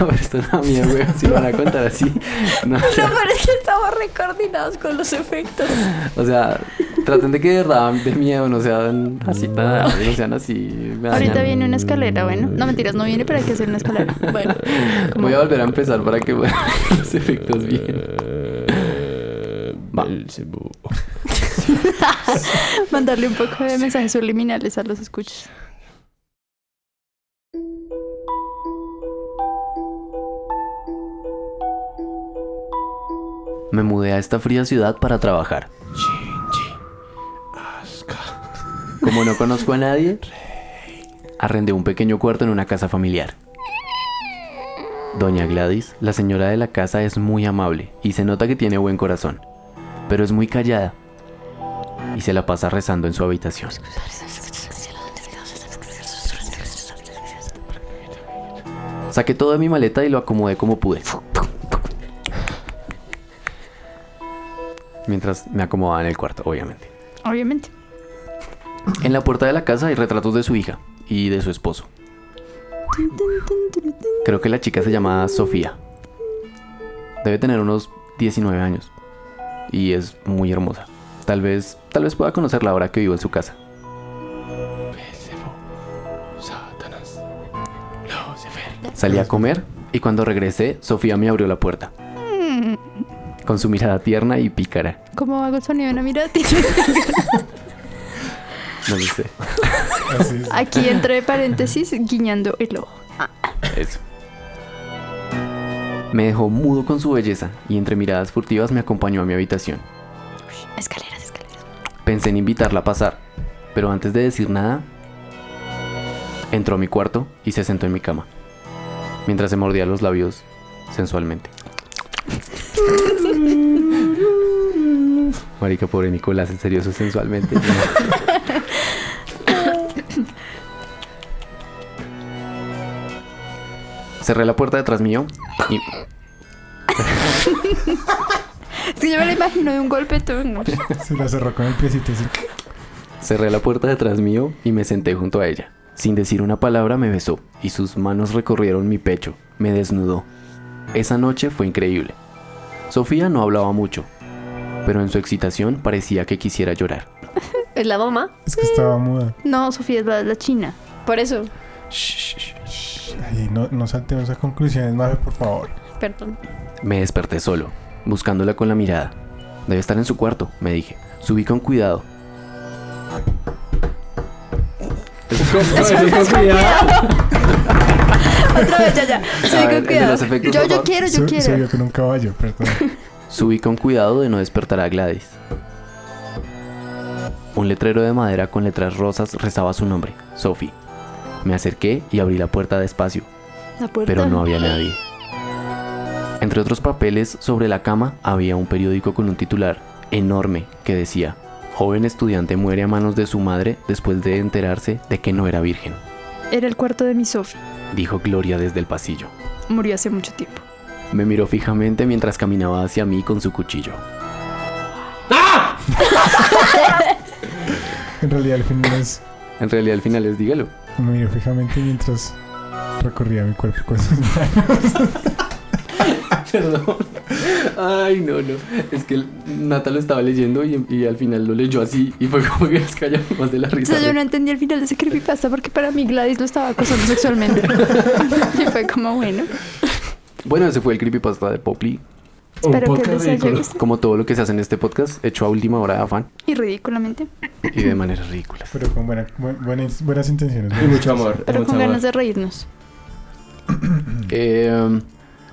A ver, esto no mía, güey. Si lo van a contar así. No, o sea,
Pero es que estamos recoordinados con los efectos.
O sea, traten de que de verdad de miedo no sean así tan no sean así. me
Ahorita
dañan.
viene una escalera, bueno. No mentiras, no viene, pero hay que hacer una escalera. Bueno, como-
Voy a volver a empezar para que vean los efectos bien. Va.
mandarle un poco de mensajes subliminales a los escuchas.
Me mudé a esta fría ciudad para trabajar. Como no conozco a nadie, arrendé un pequeño cuarto en una casa familiar. Doña Gladys, la señora de la casa, es muy amable y se nota que tiene buen corazón, pero es muy callada y se la pasa rezando en su habitación. Saqué todo de mi maleta y lo acomodé como pude. Mientras me acomodaba en el cuarto, obviamente.
Obviamente.
En la puerta de la casa hay retratos de su hija y de su esposo. Creo que la chica se llama Sofía. Debe tener unos 19 años y es muy hermosa. Tal vez, tal vez pueda conocerla ahora que vivo en su casa. Salí a comer y cuando regresé, Sofía me abrió la puerta. Con su mirada tierna y pícara.
¿Cómo hago el sonido de una mirada?
No lo sé.
Así es.
Aquí entre paréntesis, guiñando el ojo.
Eso. Me dejó mudo con su belleza y entre miradas furtivas me acompañó a mi habitación.
Escaleras, escaleras.
Pensé en invitarla a pasar, pero antes de decir nada, entró a mi cuarto y se sentó en mi cama. mientras se mordía los labios sensualmente. Marica, pobre Nicolás, en serio, eso es sensualmente. Cerré la puerta detrás mío y
Es que yo me lo imagino de un golpe. tú, no.
Se la cerró con el piecito así.
cerré la puerta detrás mío y me senté junto a ella. Sin decir una palabra me besó y sus manos recorrieron mi pecho, me desnudó. Esa noche fue increíble. Sofía no hablaba mucho, pero en su excitación parecía que quisiera llorar.
Es la mamá.
Es que estaba muda.
No, Sofía es la, la china.
Por eso.
Ay, no, no saltemos a conclusiones, Mafe, por favor.
Perdón.
Me desperté solo, buscándola con la mirada. Debe estar en su cuarto, me dije. Subí con cuidado.
Otra vez, ya, ya.
A
Soy
ver, el
con
de
cuidado.
los efectos,
yo,
por
yo
favor.
quiero, yo
Su-
quiero.
subió con un caballo, perdón.
Subí con cuidado de no despertar a Gladys. Un letrero de madera con letras rosas rezaba su nombre, Sophie. Me acerqué y abrí la puerta despacio,
La puerta.
pero no había nadie. Entre otros papeles, sobre la cama había un periódico con un titular enorme que decía, Joven estudiante muere a manos de su madre después de enterarse de que no era virgen,
Era el cuarto de mi Sofi.
dijo Gloria desde el pasillo.
Murió hace mucho tiempo.
Me miró fijamente mientras caminaba hacia mí con su cuchillo.
En realidad, al final es.
En realidad al final es dígalo.
Me miró fijamente mientras recorría mi cuerpo con sus manos.
Perdón. Ay, no, no. Es que Nata lo estaba leyendo y, y al final lo leyó así y fue como que nos callamos más de la
O
risa.
sea, yo no entendí el final de ese creepypasta porque para mí Gladys lo estaba acosando sexualmente. y fue como, bueno,
Bueno, ese fue el creepypasta de Poply.
Un
espero que
podcast
les haya
ridículo.
gustado.
Como todo lo que se hace en este podcast, hecho a última hora de afán
Y ridículamente.
y de maneras ridículas.
Pero con buena- buen- buenas, buenas intenciones.
Y mucho amor.
Pero
mucho
con
amor.
ganas de reírnos.
Eh,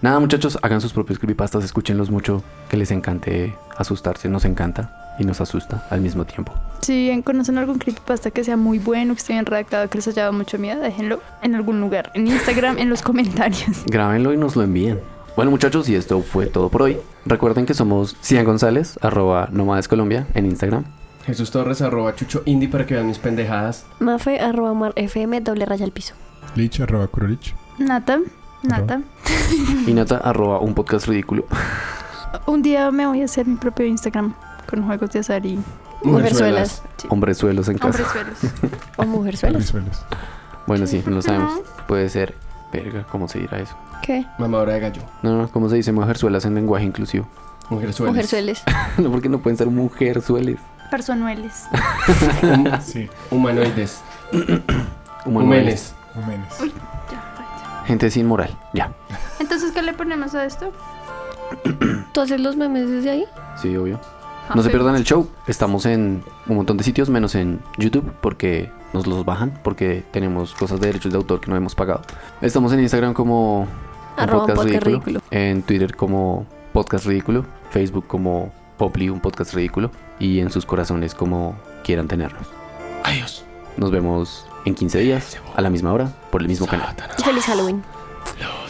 nada, muchachos, hagan sus propios creepypastas, escúchenlos mucho, que les encante asustarse, nos encanta y nos asusta al mismo tiempo.
Si bien conocen algún creepypasta que sea muy bueno, que esté bien redactado, que les haya dado mucho miedo, déjenlo en algún lugar. En Instagram, en los comentarios.
Grábenlo y nos lo envíen. Bueno muchachos, y esto fue todo por hoy. Recuerden que somos Cian González, arroba Nomades Colombia en Instagram.
Jesús Torres, arroba chucho indie para que vean mis pendejadas.
Mafe arroba mar fm doble raya al piso.
Lich, arroba curolich.
Nata, Nata.
Y Nata, arroba un podcast ridículo.
Un día me voy a hacer mi propio Instagram con juegos de azar y
Mujerzuelas.
Hombrezuelos en casa.
hombrezuelos.
O mujerzuelas.
Suelos.
Bueno, pues sí, no lo sabemos. Puede ser. Verga, ¿cómo se dirá eso?
¿Qué?
Mamadora de gallo.
No, no, ¿cómo se dice mujerzuelas en lenguaje inclusivo?
Mujerzuelas.
Mujerzuelas.
no, porque no pueden ser mujerzueles.
Personueles.
Hum-
Sí,
humanoides.
Humanoides.
Humanes.
menos.
Uy, ya, vaya.
Gente sin moral. Ya.
Entonces, ¿qué le ponemos a esto?
¿Tú haces los memes desde ahí?
Sí, obvio. No se pierdan el show. Estamos en un montón de sitios, menos en YouTube, porque nos los bajan, porque tenemos cosas de derechos de autor que no hemos pagado. Estamos en Instagram como un
Arroba un podcast ridículo.
en Twitter como podcast ridículo, Facebook como Poply, un podcast ridículo, y en sus corazones como quieran tenernos.
Adiós.
Nos vemos en 15 días, a la misma hora, por el mismo canal.
Y feliz Halloween.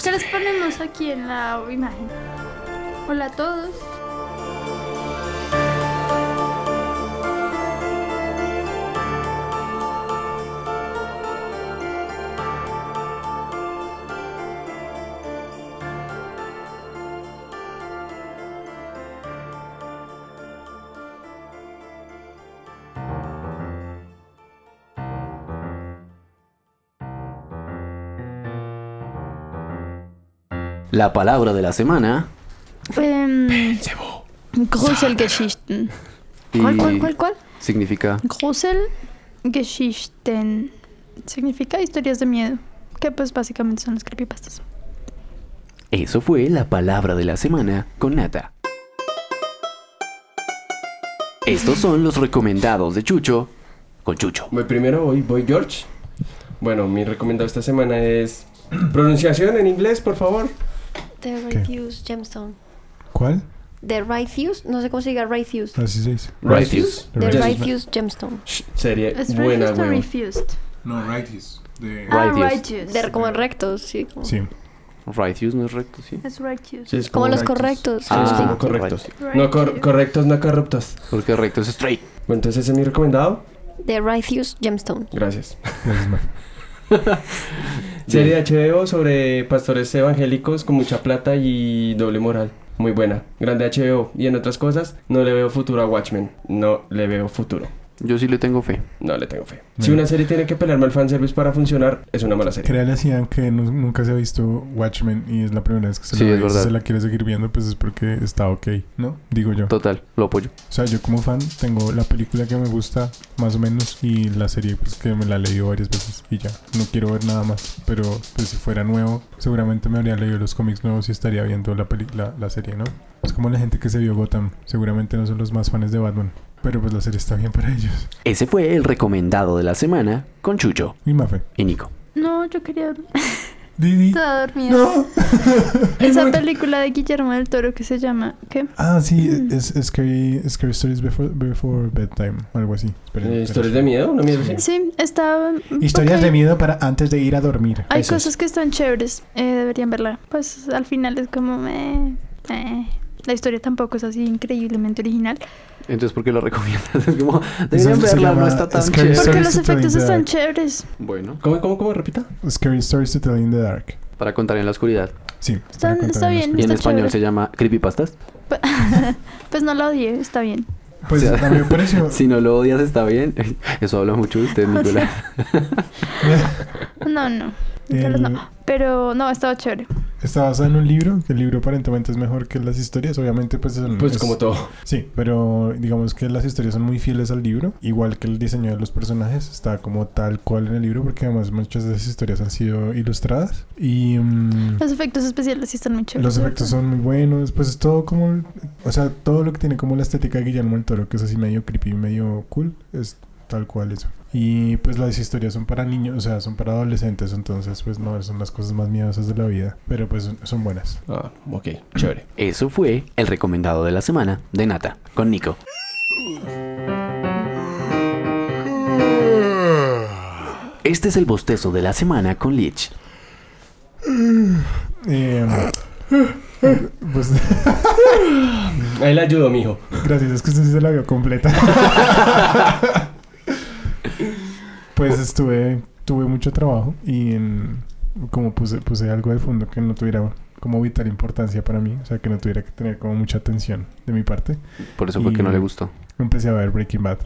¿Qué les ponemos aquí en la imagen? Hola a todos.
La palabra de la semana.
Em, Gruselgeschichten.
y
¿Cuál, cuál, cuál, cuál?
Significa
Gruselgeschichten. Significa historias de miedo. Que pues básicamente son las creepypastas.
Eso fue la palabra de la semana con Nata. Estos son los recomendados de Chucho con Chucho.
Voy primero, voy, voy George. Bueno, mi recomendado esta semana es pronunciación en inglés, por favor.
The
¿Qué?
Refuse Gemstone.
¿Cuál? Ah,
The Refuse, no sé cómo se diga Refuse.
Así se dice.
Righteous.
The
Refuse.
Refuse Gemstone.
Sh, Serie
Es
buena,
refused Ah, o
weón.
refused.
No, righties. De...
Righteous.
righteous.
De como rectos, sí. Como.
Sí.
Righteous no es recto, sí.
Es righteous.
Sí, es
Como los
correctos.
correctos.
Sí, es
Ah,
como correctos. No cor- correctos, no corruptos.
Porque recto es straight.
Bueno, entonces ese es mi recomendado.
The Righteous Gemstone.
Gracias. Serie de HBO sobre pastores evangélicos con mucha plata y doble moral. Muy buena. Grande HBO. Y en otras cosas, no le veo futuro a Watchmen. No le veo futuro.
Yo sí le tengo fe.
No le tengo fe. Si una serie tiene que pelearme al fanservice para funcionar, es una mala serie.
Créale así, que nu- nunca se ha visto Watchmen y es la primera vez que se
Sí,
la
es
ve.
verdad.
Si se la quiere seguir viendo, pues es porque está ok, ¿no? Digo yo.
Total, lo apoyo.
O sea, yo como fan tengo la película que me gusta más o menos y la serie pues que me la he leído varias veces y ya. No quiero ver nada más, pero pues si fuera nuevo seguramente me habría leído los cómics nuevos y estaría viendo la, peli- la, la serie, ¿no? Es como la gente que se vio Gotham, seguramente no son los más fans de Batman, pero pues la serie está bien para ellos.
Ese fue el recomendado de la semana con Chucho
Y Mafe.
y Nico.
No, yo quería dormir.
Didi.
Estaba dormida. Esa película de Guillermo del Toro que se llama. ¿Qué?
Ah, sí, es, es Scary, Scary Stories Before, Before Bedtime o algo así. Esperen,
Eh,
esperen.
¿Historias de miedo? ¿Una mierda así?
Sí, está.
Historias
ok.
de miedo para antes de ir a dormir.
Hay
Eso es.
cosas que están chéveres, eh, deberían verla. Pues al final es como. eh, eh. La historia tampoco es así increíblemente original.
Entonces, ¿por qué lo recomiendas? Es como,
Eso
deberían
se
verla,
llama
no está tan
Scary
chévere.
Porque
Stories
los
to Tell in
efectos
the
están
Dark.
chéveres.
Bueno,
¿Cómo, cómo, cómo? Repita.
Scary Stories to Tell in the Dark.
para contar en la oscuridad.
Sí.
Está-
para
está
contar
bien.
Y en
Está
español
chévere.
se llama creepypastas.
Pues no la odié, está bien.
unos- Pues
O sea,
a mí me pareció.
Si no lo odias, está bien. Eso habla mucho de usted,
O
Nicolás.
sea, no, no. Nicolás
el-
no. Pero no, estaba chévere.
eh, está basada en un libro, que el libro aparentemente es mejor que las historias. Obviamente, pues son-
Pues
es-
como todo.
Sí, pero digamos que las historias son muy fieles al libro. Igual que el diseño de los personajes está como tal cual en el libro, porque además muchas de esas historias han sido ilustradas. Y. mm,
Los efectos especiales sí están muy chéveres.
Los efectos son muy buenos, pues es todo como, o sea, todo lo que tiene como la estética de Guillermo del Toro, que es así medio creepy, medio cool, es tal cual eso. Y pues las historias son para niños, o sea, son para adolescentes, entonces pues no, son las cosas más miedosas de la vida, pero pues son- son buenas.
Ah, ok. Chévere.
Eso fue el recomendado de la semana de Nata con Nico.
Este es el bostezo de la semana con Lich.
Eh, pues
Ahí le ayudo, mijo.
gracias, es que usted sí se la vio completa. pues estuve, tuve mucho trabajo y en- como puse, puse algo de fondo que no tuviera como vital importancia para mí, o sea, que no tuviera que tener como mucha atención de mi parte.
Por eso fue que no
Y-
le gustó.
Empecé a ver Breaking Bad.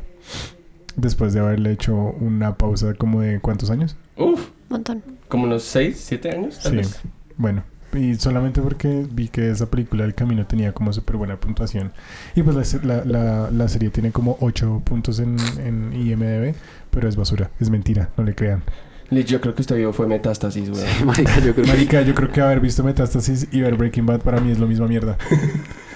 Después de haberle hecho una pausa como de cuántos años.
Uf,
Montón.
como unos 6, 7 años, tal
Sí.
vez.
Bueno, y solamente porque vi que esa película El Camino tenía como súper buena puntuación. Y pues la se- la, la- la serie tiene como 8 puntos en, en IMDB, pero es basura, es mentira, no le crean.
Lich, yo creo que usted vio fue Metástasis, güey.
Marica, yo creo que...
Marica, yo creo que haber visto Metástasis y ver Breaking Bad para mí es lo misma mierda.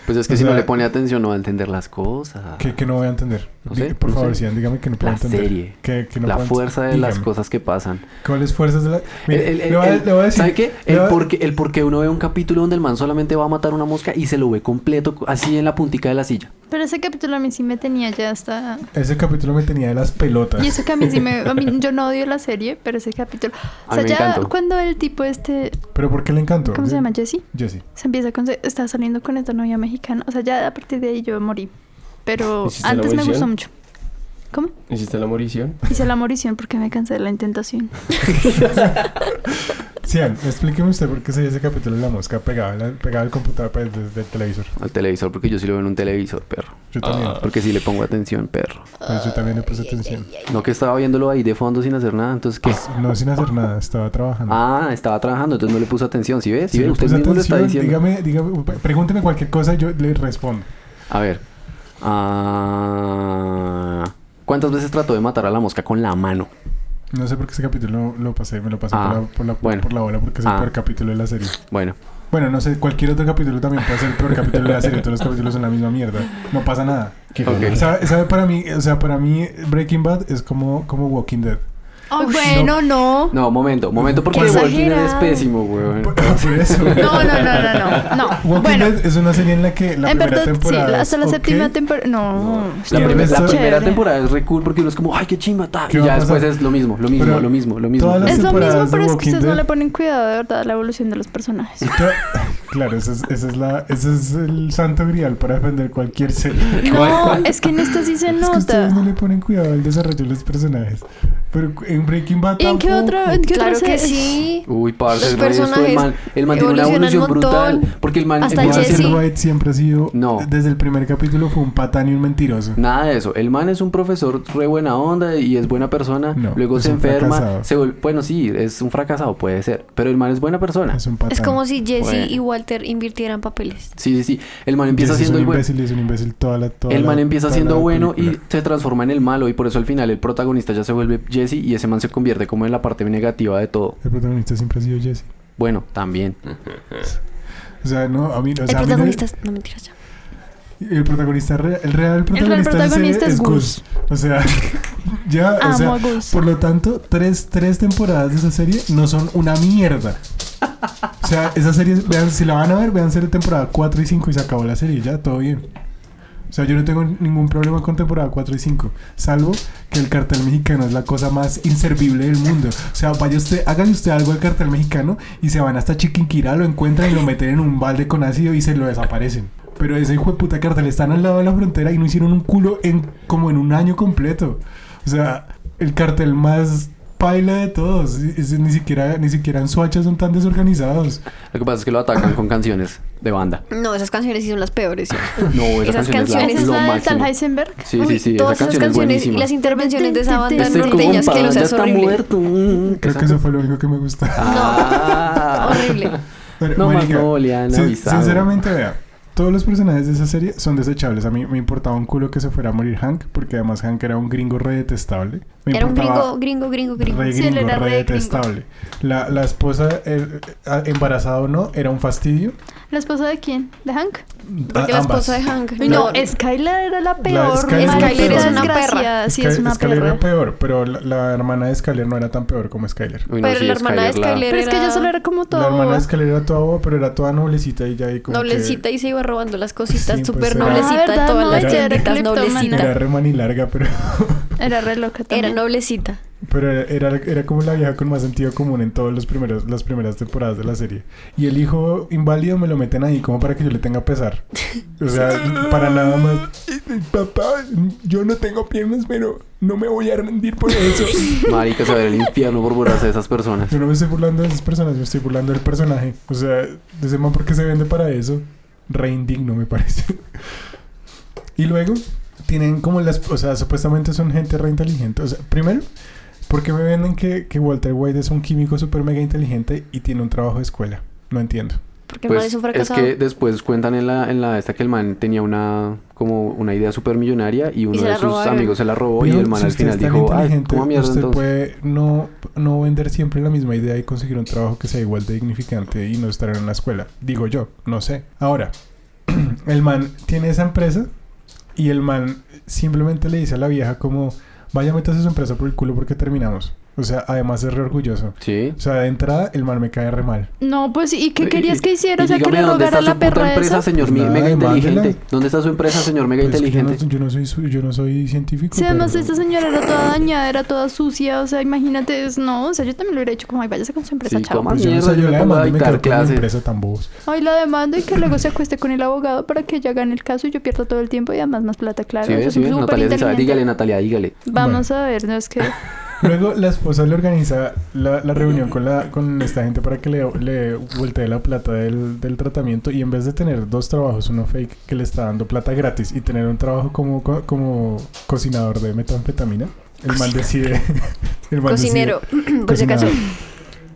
Pues es que
o
si no
sea-
le pone atención no va a entender las cosas.
Que, que no voy a entender.
No
Di-
sé,
Por
no
favor,
sé.
Sian, dígame que no puedo
La
entender.
serie.
Que, que no
la
puedo ent-
fuerza de las
dígame,
cosas que pasan.
¿Cuáles fuerzas de la.?
El-
Mire,
el- el-
le, voy a,
el-
le voy a decir.
¿Sabe qué?
le
El
voy a-
por, qué, el por qué uno ve un capítulo donde el man solamente va a matar una mosca y se lo ve completo co- así en la puntica de la silla.
Pero ese capítulo a mí sí me tenía ya hasta...
Ese capítulo me tenía de las pelotas.
Y eso que a mí sí me... a mí- yo no odio la serie, pero ese capítulo...
A
O sea,
mí me
ya
encantó.
cuando el tipo este...
¿Pero por qué le encantó?
¿Cómo se llama? Jesse.
Jesse.
Se empieza con... se- Está saliendo con esta novia mexicana. O sea, ya a partir de ahí yo morí. Pero
¿Hiciste la
antes me
abolición?
gustó mucho. ¿Cómo?
¿Hiciste la morición?
Hice la morición porque me cansé de la intentación.
Sian, explíqueme usted por qué se dio ese capítulo de la mosca pegada al- pegada al computador pues, de- del televisor.
Al televisor, porque yo sí lo veo en un televisor, perro.
Yo también.
Porque sí le pongo atención, perro.
Pues yo también le puse atención.
No que estaba viéndolo ahí de fondo sin hacer nada, entonces ¿qué?
No sin hacer nada, estaba trabajando.
Ah, estaba trabajando, entonces no le puso atención, ¿sí ves? ¿Sí
Si
ve?
le
Usted
puse
mismo lo está
atención,
diciendo.
Dígame, dígame, pre- pregúnteme cualquier cosa, yo le respondo.
A ver. Ah, ¿Cuántas veces trató de matar a la mosca con la mano?
No sé por qué ese capítulo lo, lo pasé, me lo pasé
Ah,
por, la, por, la,
bueno.
por la bola porque es el
Ah.
peor capítulo de la serie.
Bueno,
Bueno, no sé, cualquier otro capítulo también puede ser el peor capítulo de la serie. Todos los capítulos son la misma mierda. No pasa nada.
¿Qué
Ok.
fue?
¿Sabe, sabe para mí? O sea, para mí Breaking Bad es como, como Walking Dead.
Ay, bueno, no.
No, momento, momento, porque
Qué
The Walking Dead es
exagerado.
pésimo, weón.
Por eso.
No, no, no, no, no. no.
Walking
bueno,
Dead es una serie en la que la
en
primera
verdad,
temporada.
sí,
es
hasta la
ok,
séptima temporada. No.
La,
Y el
primer- la primera
resto-
Chévere.
temporada es re cool porque uno es como, ay, qué chimba, ta.
¿Qué
Y
va
ya
a pasar?
después es lo mismo, lo mismo,
Pero
lo mismo, lo mismo.
todas las-
Es lo
temporadas
mismo,
de
pero es que
Walking
ustedes no
Dead.
le ponen cuidado, de verdad, a la evolución de los personajes.
Claro, ese es, ese es la, ese es el santo grial para defender cualquier serie.
No, es que en esta sí se
Es que ustedes no
nota.
le ponen cuidado al desarrollo de los personajes. Pero en Breaking Bad.
¿Y en qué
tampoco.
otro? Ah, en qué
Claro
otra
que
se-
em-
sí.
Uy, parce,
Los
el man es todo- el
personajes
man, el man tiene una
evolucionan
evolución
un
brutal.
montón.
Porque el man
Hasta
el man
Jesse.
es
Walter
el-
White siempre ha sido.
No.
Desde el primer capítulo fue un patán y un mentiroso.
Nada de eso. El man es un profesor re buena onda y es buena persona.
No,
Luego
es
se
un
enferma.
fracasado.
Se vuel- bueno, sí, es un fracasado, puede ser. Pero el man es buena persona.
Es un patán.
Es como si Jesse
Bueno.
y Walter invirtieran papeles.
Sí, sí, sí. El man empieza
Jesse es
siendo
un
el bueno.
imbécil, es un imbécil toda la. toda
El
la-
man empieza
toda
siendo
la
bueno y
película.
se transforma en el malo y por eso al final el protagonista ya se vuelve Jesse y ese man se convierte como en la parte negativa de todo.
El protagonista siempre ha sido Jesse.
Bueno, también.
O sea, no, a mí. O
El
sea, Pues a mí
protagonista es... No, mentiras ya.
El protagonista, re- el real protagonista, de la
protagonista
serie es
es
Gus. O sea, ya, o
Amo
sea,
a Gus.
por lo tanto, tres, tres temporadas de esa serie no son una mierda. O sea, esa serie, vean, si la van a ver, vean ser temporada 4 y 5 y se acabó la serie, ya, todo bien. O sea, yo no tengo ningún problema con temporada 4 y 5, salvo que el cartel mexicano es la cosa más inservible del mundo. O sea, vaya usted, hágale usted algo al cartel mexicano y se van hasta Chiquinquirá, lo encuentran y lo meten en un balde con ácido y se lo desaparecen. Pero ese hijo de puta cartel están al lado de la frontera y no hicieron un culo en como en un año completo. O sea, el cartel más paila de todos. Es- es- ni siquiera ni siquiera en Suacha son tan desorganizados.
Lo que pasa es que lo atacan con canciones de banda.
No, esas canciones sí son las peores. ¿sí?
No, esa
Esas
canción
canciones
es la,
¿Esa
lo
es la
máximo.
del Heisenberg?
Sí, sí,
Uy,
sí, esa
Todas esas
canción es
canciones y
buenísima.
las intervenciones de esa banda
Este
norteñas que los
ya
hace
está
horrible.
muerto. mm,
Creo
esa-
que eso fue lo único que me gustó.
Ah.
Horrible.
Pero,
No,
marica,
Magnolia, han
sin-
avisado.
Sinceramente, vea. Todos los personajes de esa serie son desechables. A mí me importaba un culo que se fuera a morir Hank, porque además Hank era un gringo re detestable. Me
Era un
importaba
gringo, gringo, gringo, gringo.
Re
Sí, él
gringo,
era
re
re gringo.
detestable. La, la esposa, eh, eh, embarazada o no, era un fastidio.
¿La esposa de quién? ¿De Hank?
Porque la esposa de Hank.
No,
No,
Skylar era la peor.
Skylar
era
maldita
peor. una perra.
desgraciada. Sí, es una
Skyler
perra.
era peor, pero la, la hermana de Skyler no era tan peor como Skyler.
Uy, no,
pero
sí,
la hermana de
Skyler, la-
Skyler
Pero es que ella solo
era
era como
La hermana
todo.
de Skyler era toda boba, pero era toda noblecita y ya ahí como que
noblecita y se iba robando las cositas.
Sí, pues,
Súper
era-
Ah,
noblecita de
¿verdad?
todas
No,
las
ella era
tienditas.
cleptómana.
Noblecita.
Era re manilarga, pero,
Era re loca
Era
también.
noblecita.
pero era, era como la vieja con más sentido común en todas los primeros, las primeras temporadas de la serie. Y el hijo inválido me lo meten ahí como para que yo le tenga pesar. O sea, para nada más. Papá, yo no tengo piernas, pero no me voy a rendir por eso.
Marica, se va a ir al infierno por burlarse de esas personas.
Yo no me estoy burlando de esas personas, me estoy burlando del personaje. O sea, de ese man, ¿por qué se vende para eso? Re indigno, me parece. y luego, tienen como las. O sea, supuestamente son gente re inteligente. O sea, primero, ¿por qué me venden que, que Walter White es un químico súper mega inteligente y tiene un trabajo de escuela? No entiendo.
Porque
Pues,
el man es un
es
fracasado.
que después cuentan en la, en la esta que el man tenía una como una idea súper millonaria y uno
se
de
la
sus
robaron.
amigos se la robó y
Pero
el man
si
al
usted
final
es tan
dijo, ay,
inteligente,
¿cómo mierda
usted
entonces?
puede no, no vender siempre la misma idea y conseguir un trabajo que sea igual de dignificante y no estar en una escuela. Digo yo, no sé. Ahora, el man tiene esa empresa y el man simplemente le dice a la vieja como, vaya, métase su empresa por el culo porque terminamos. O sea, además es re orgulloso.
Sí.
O sea, de entrada, el man me cae re mal.
No, pues, ¿y qué
Y-
querías que
y
hiciera? O sea, que
dígame,
le
¿dónde
rogara a
está
la
su puta
perra
empresa,
esa.
señor mi-
Nada,
mega inteligente?
mándela.
¿Dónde está su empresa, señor mega
Pues que yo no-
inteligente?
yo, no, soy su- yo no soy científico.
Sí, además
pero-
esta señora era toda dañada, era toda sucia, o sea, imagínate, es- no, o sea, yo también lo hubiera hecho como, ay, váyase con su empresa,
Sí,
chao.
como-
Pues yo no
Mierda,
sé,
yo
yo
me
la
pongo a
demando y me
dictar
quedo con la
clase.
empresa tan bobos.
Ay, la demando y que luego se acueste con el abogado para que ella gane el caso y yo pierda todo el tiempo y además más plata, claro.
Sí,
o sea,
ve,
es
sí, ve,
súper
Natalia, sí sabe.
inteligente.
dígale, Natalia, dígale.
Vamos a ver, no es que...
Luego la esposa le organiza la, la reunión con, la, con esta gente para que le, le voltee la plata del, del tratamiento y en vez de tener dos trabajos, uno fake que le está dando plata gratis y tener un trabajo como, co- como cocinador de metanfetamina, el man decide... el man
Cocinero.
decide-
Por si acaso.
cocinador.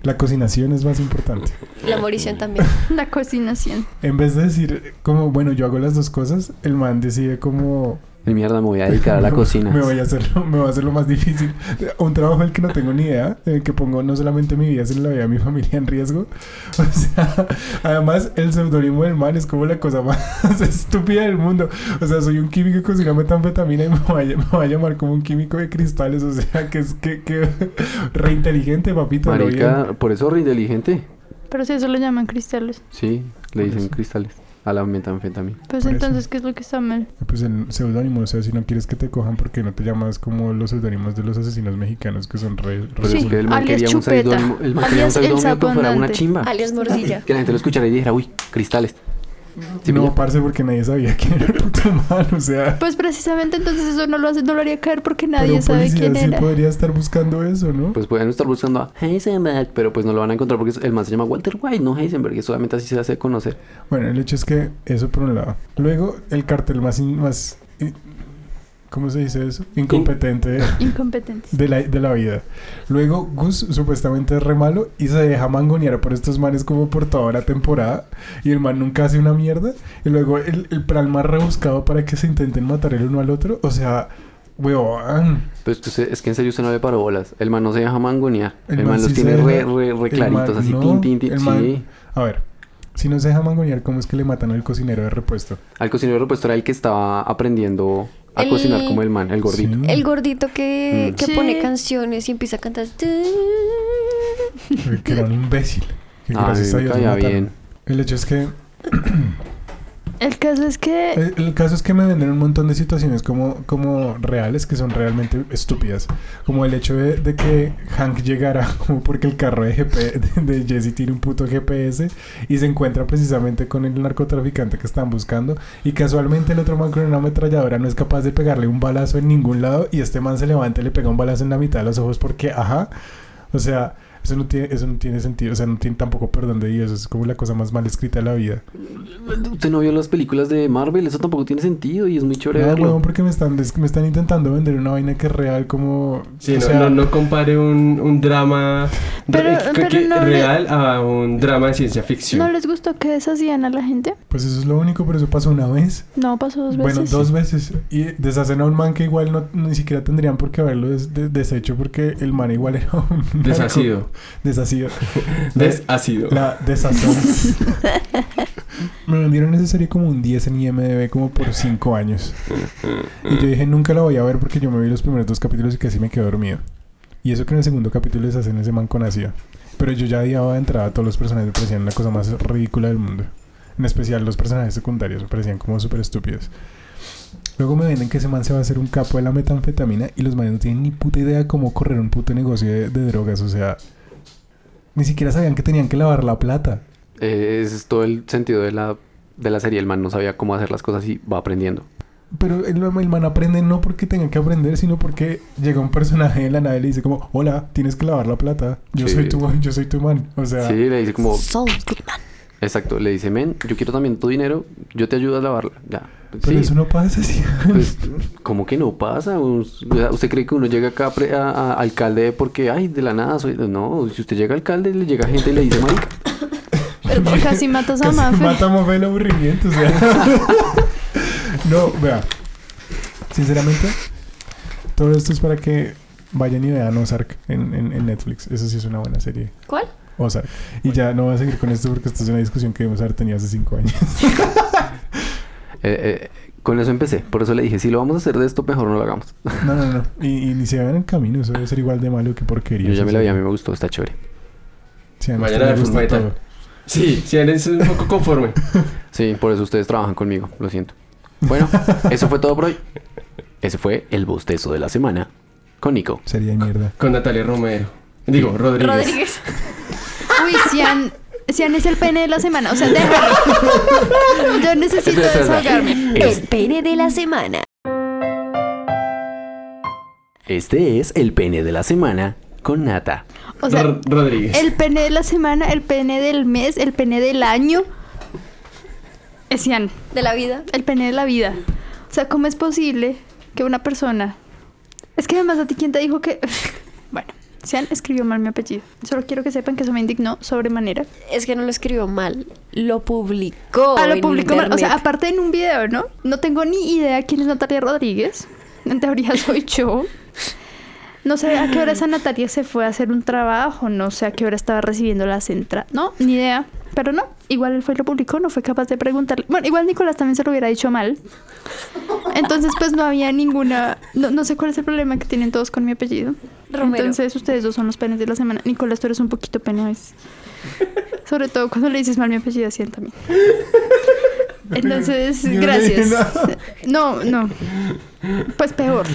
La cocinación es más importante.
La morición también.
La cocinación.
En vez de decir como, bueno, yo hago las dos cosas, el man decide como...
Mi mierda, me voy a dedicar a la cocina.
Me voy a hacer, lo- me voy a hacer lo más difícil. Un trabajo del que no tengo ni idea, en el que pongo no solamente mi vida, sino la vida de mi familia en riesgo. O sea, además, el seudónimo del man es como la cosa más estúpida del mundo. O sea, soy un químico que cocina metanfetamina y me va a, ll- me va a llamar como un químico de cristales. O sea, que es que, que re inteligente, papito. lo bien.
Marica, por eso re inteligente.
Pero si eso lo llaman cristales.
Sí, le
Por
dicen
eso.
cristales a la metanfetamina.
Pues
Por eso.
entonces, ¿qué es lo que está mal?
Pues el seudónimo, o sea, si no quieres que te cojan, porque no te llamas como los seudónimos de los asesinos mexicanos que son re. re-
Pero
Sí,
es Pues que el man
alias
quería un
chupeta,
seudónimo, el man quería un
alias el
seudónimo
sapo
que fuera una
andante.
chimba.
Alias morcilla.
Que la gente lo escuchara y dijera, uy, cristales. Sí,
no,
pilla.
parce, porque nadie sabía quién era el puto man, o sea.
Pues precisamente entonces eso no lo hace, no lo haría caer porque nadie
pero
sabe
policía
quién
sí
era.
podría estar buscando eso, ¿no?
Pues pueden estar buscando a Heisenberg, pero pues no lo van a encontrar porque el man se llama Walter White, no Heisenberg, que solamente así se hace conocer.
Bueno, el hecho es que eso por un lado. Luego, el cartel más... in- más in- ¿Cómo se dice eso? Incompetente
Incompetentes.
de la, de la vida. Luego, Gus supuestamente es re malo y se deja mangonear por estos manes como por toda la temporada. Y el man nunca hace una mierda. Y luego, el, el plan más rebuscado para que se intenten matar el uno al otro. O sea, weón.
Pues que usted- es que en serio usted no le paró bolas. El man no se deja mangonear. El, man, los
sí se
tiene re,
deja-
re, re
el
claritos,
man
así,
no,
tin, tin, tin.
el
Sí.
man- A ver, si no se deja mangonear, ¿cómo es que le matan al cocinero de repuesto?
Al cocinero de repuesto era el que estaba aprendiendo a
El-
cocinar como el man, el gordito.
Sí.
El gordito que,
Mm.
que
Sí.
pone canciones y empieza a cantar.
Ay, que era un imbécil. Que
Ah,
gracias a
me
Dios
caía
lo mataron.
bien.
El hecho es que.
El caso es que
Eh, El, el caso es que me venden un montón de situaciones como, como reales que son realmente estúpidas. Como el hecho de, de que Hank llegara, como porque el carro de, GP de, de Jesse tiene un puto GPS y se encuentra precisamente con el narcotraficante que están buscando. Y casualmente el otro man con una ametralladora no es capaz de pegarle un balazo en ningún lado. Y este man se levanta y le pega un balazo en la mitad de los ojos porque, ajá. O sea. Eso no, tiene, eso no tiene sentido, o sea, no tiene tampoco perdón de Dios, es como la cosa más mal escrita de la vida.
Usted no vio las películas de Marvel, eso tampoco tiene sentido y es muy chévere
No,
verlo.
huevón, porque me están, des- me están intentando vender una vaina que es real como...
Sí,
o
no,
sea,
no, no compare un, un drama
Pero-
re- eh,
pero
que-
no le-
real a un drama de ciencia ficción.
no les gustó que deshacían a la gente.
Pues eso es lo único, pero eso pasó una vez.
No, pasó dos veces.
Bueno, dos veces. Y deshacen a un man que igual no, ni siquiera tendrían por qué haberlo des- de- deshecho porque el man igual era un... narco.
Deshacido.
Deshacido.
Deshacido.
La desazón. Me vendieron esa serie como un 10 en IMDB como por 5 años. Y yo dije, nunca la voy a ver porque yo me vi los primeros dos capítulos y casi me quedé dormido. Y eso que en el segundo capítulo les hacen ese man con ácido. Pero yo ya odiaba de entrada a todos los personajes, me parecían la cosa más ridícula del mundo. En especial los personajes secundarios, me parecían como súper estúpidos. Luego me venden que ese man se va a hacer un capo de la metanfetamina y los manes no tienen ni puta idea cómo correr un puto negocio de, de drogas, o sea... Ni siquiera sabían que tenían que lavar la plata.
Eh, ese es todo el sentido de la, de la serie. El man no sabía cómo hacer las cosas y va aprendiendo.
Pero el, el man aprende no porque tenga que aprender, sino porque llega un personaje de la nave y le dice como, hola, tienes que lavar la plata. Yo
Sí.
soy tu yo soy tu man. O sea,
Sí, le dice como,
Saul Goodman.
exacto, le dice, men, yo quiero también tu dinero, yo te ayudo a lavarla. Ya.
pero
Sí,
eso no pasa así.
pues, ¿cómo que no pasa? Us- o sea, ¿Usted cree que uno llega acá pre- a, a- alcalde porque, ay, de la nada soy... No, si usted llega alcalde, le llega gente y le dice, marica.
Pero casi matas a
Casi
Mafe.
mata a Mafe el aburrimiento, o sea. no, vea. Sinceramente, todo esto es para que vayan y vean Ozark en, en, en Netflix. Eso sí es una buena serie.
¿Cuál?
Ozark. Y ya no voy a seguir con esto porque esto es una discusión que debemos haber tenido hace cinco años.
Eh, eh, con eso empecé. Por eso le dije, si lo vamos a hacer de esto, mejor no lo hagamos.
No, no, no. Y, y ni se vean en el camino. Eso debe ser igual de malo que porquería.
Yo ya me la
Eso
vi,
sí.
a mí me gustó, está chévere.
Sí, además
Mañana
te
de
gusta
Full Metal.
todo.
Sí, si eres un poco conforme.
Sí, por eso ustedes trabajan conmigo, lo siento. Bueno, eso fue todo por hoy. Ese fue el bostezo de la semana con Nico.
Sería mierda.
Con Natalia Romero. Digo, Rodríguez.
Rodríguez.
Uy, Cian. Cian es el pene de la semana. O sea, déjalo. Yo necesito
Espera, espera, espera.
desahogarme.
El pene de la semana.
Este es el pene de la semana con Nata.
O sea,
Ro- Rodríguez.
el pene de la semana, el pene del mes, el pene del año. Es Cian.
De la vida.
El pene de la vida. O sea, ¿cómo es posible que una persona... Es que además a ti quién te dijo que... bueno, Sean escribió mal mi apellido. Solo quiero que sepan que eso me indignó sobremanera.
Es que no lo escribió mal, lo publicó.
ah, lo
en
publicó mal. O sea,
internet.
aparte en un video, ¿no? No tengo ni idea quién es Natalia Rodríguez. En teoría soy yo. No sé a qué hora esa Natalia se fue a hacer un trabajo. No sé a qué hora estaba recibiendo las entradas. No, ni idea. Pero no, igual él fue y lo publicó, no fue capaz de preguntarle. Bueno, igual Nicolás también se lo hubiera dicho mal. Entonces, pues no había ninguna. No, no sé cuál es el problema que tienen todos con mi apellido.
Romero.
Entonces, ustedes dos son los penes de la semana. Nicolás, tú eres un poquito pene a veces. Sobre todo cuando le dices mal mi apellido así también. Entonces,
Yo no
gracias.
dije nada.
No, no. Pues peor.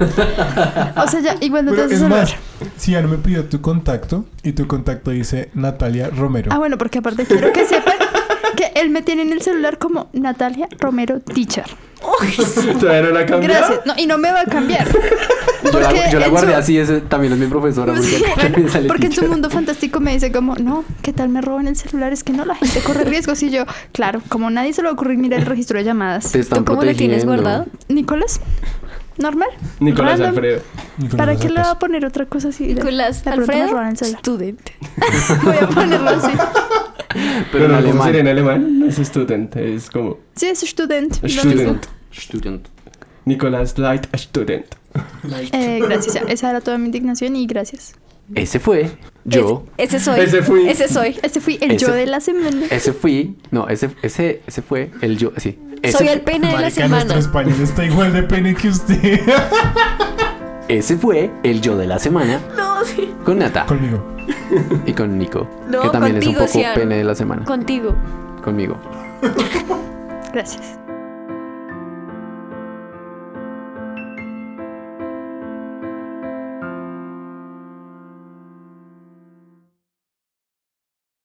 O sea, ya, igual no te
Pero
haces
es
hablar.
más, Cian me pidió tu contacto y tu contacto dice Natalia Romero.
Ah, bueno, porque aparte quiero que sepan que él me tiene en el celular como Natalia Romero Teacher.
Todavía no la cambió.
Gracias. No, y no me va a cambiar.
Yo la,
Porque
yo la
en
guardé
su-
así, ese también es mi profesora. porque
Pues Sí,
acá
bueno,
también sale
porque en su
teacher.
mundo fantástico me dice como, no, ¿qué tal me roban el celular? Es que no, la gente corre riesgos. Y yo, claro, como nadie se le ocurre mirar el registro de llamadas.
Te están
¿Tú cómo lo tienes
protegiendo.
guardado?
Nicolás, normal.
Nicolás
Random.
Alfredo.
Nicolás
¿Para qué le va
Zapata.
a poner otra cosa así?
Nicolás
De pronto me
Alfredo,
roban el celular.
student.
Voy a ponerlo así.
Pero en
no, ¿cómo
alemán.
sería en alemán? No es student, es como
Sí, es student. lo mismo.
student.
Student.
Nicolás Light student.
Eh, gracias, ya. Esa era toda mi indignación y gracias.
Ese fue yo.
Ese, ese soy.
Ese fui.
Ese soy.
Este fui el
Ese-
yo de la semana.
Ese fui. No, ese, ese, ese fue el yo. Sí. Ese,
soy
fu-
el pene de la
Marica,
semana.
nuestro español está igual de pene que usted.
ese fue el yo de la semana.
No, sí.
Con Nata
Conmigo.
y con Nico.
No,
que también es un
contigo,
poco
Cian.
pene de la semana.
Contigo.
Conmigo.
Gracias.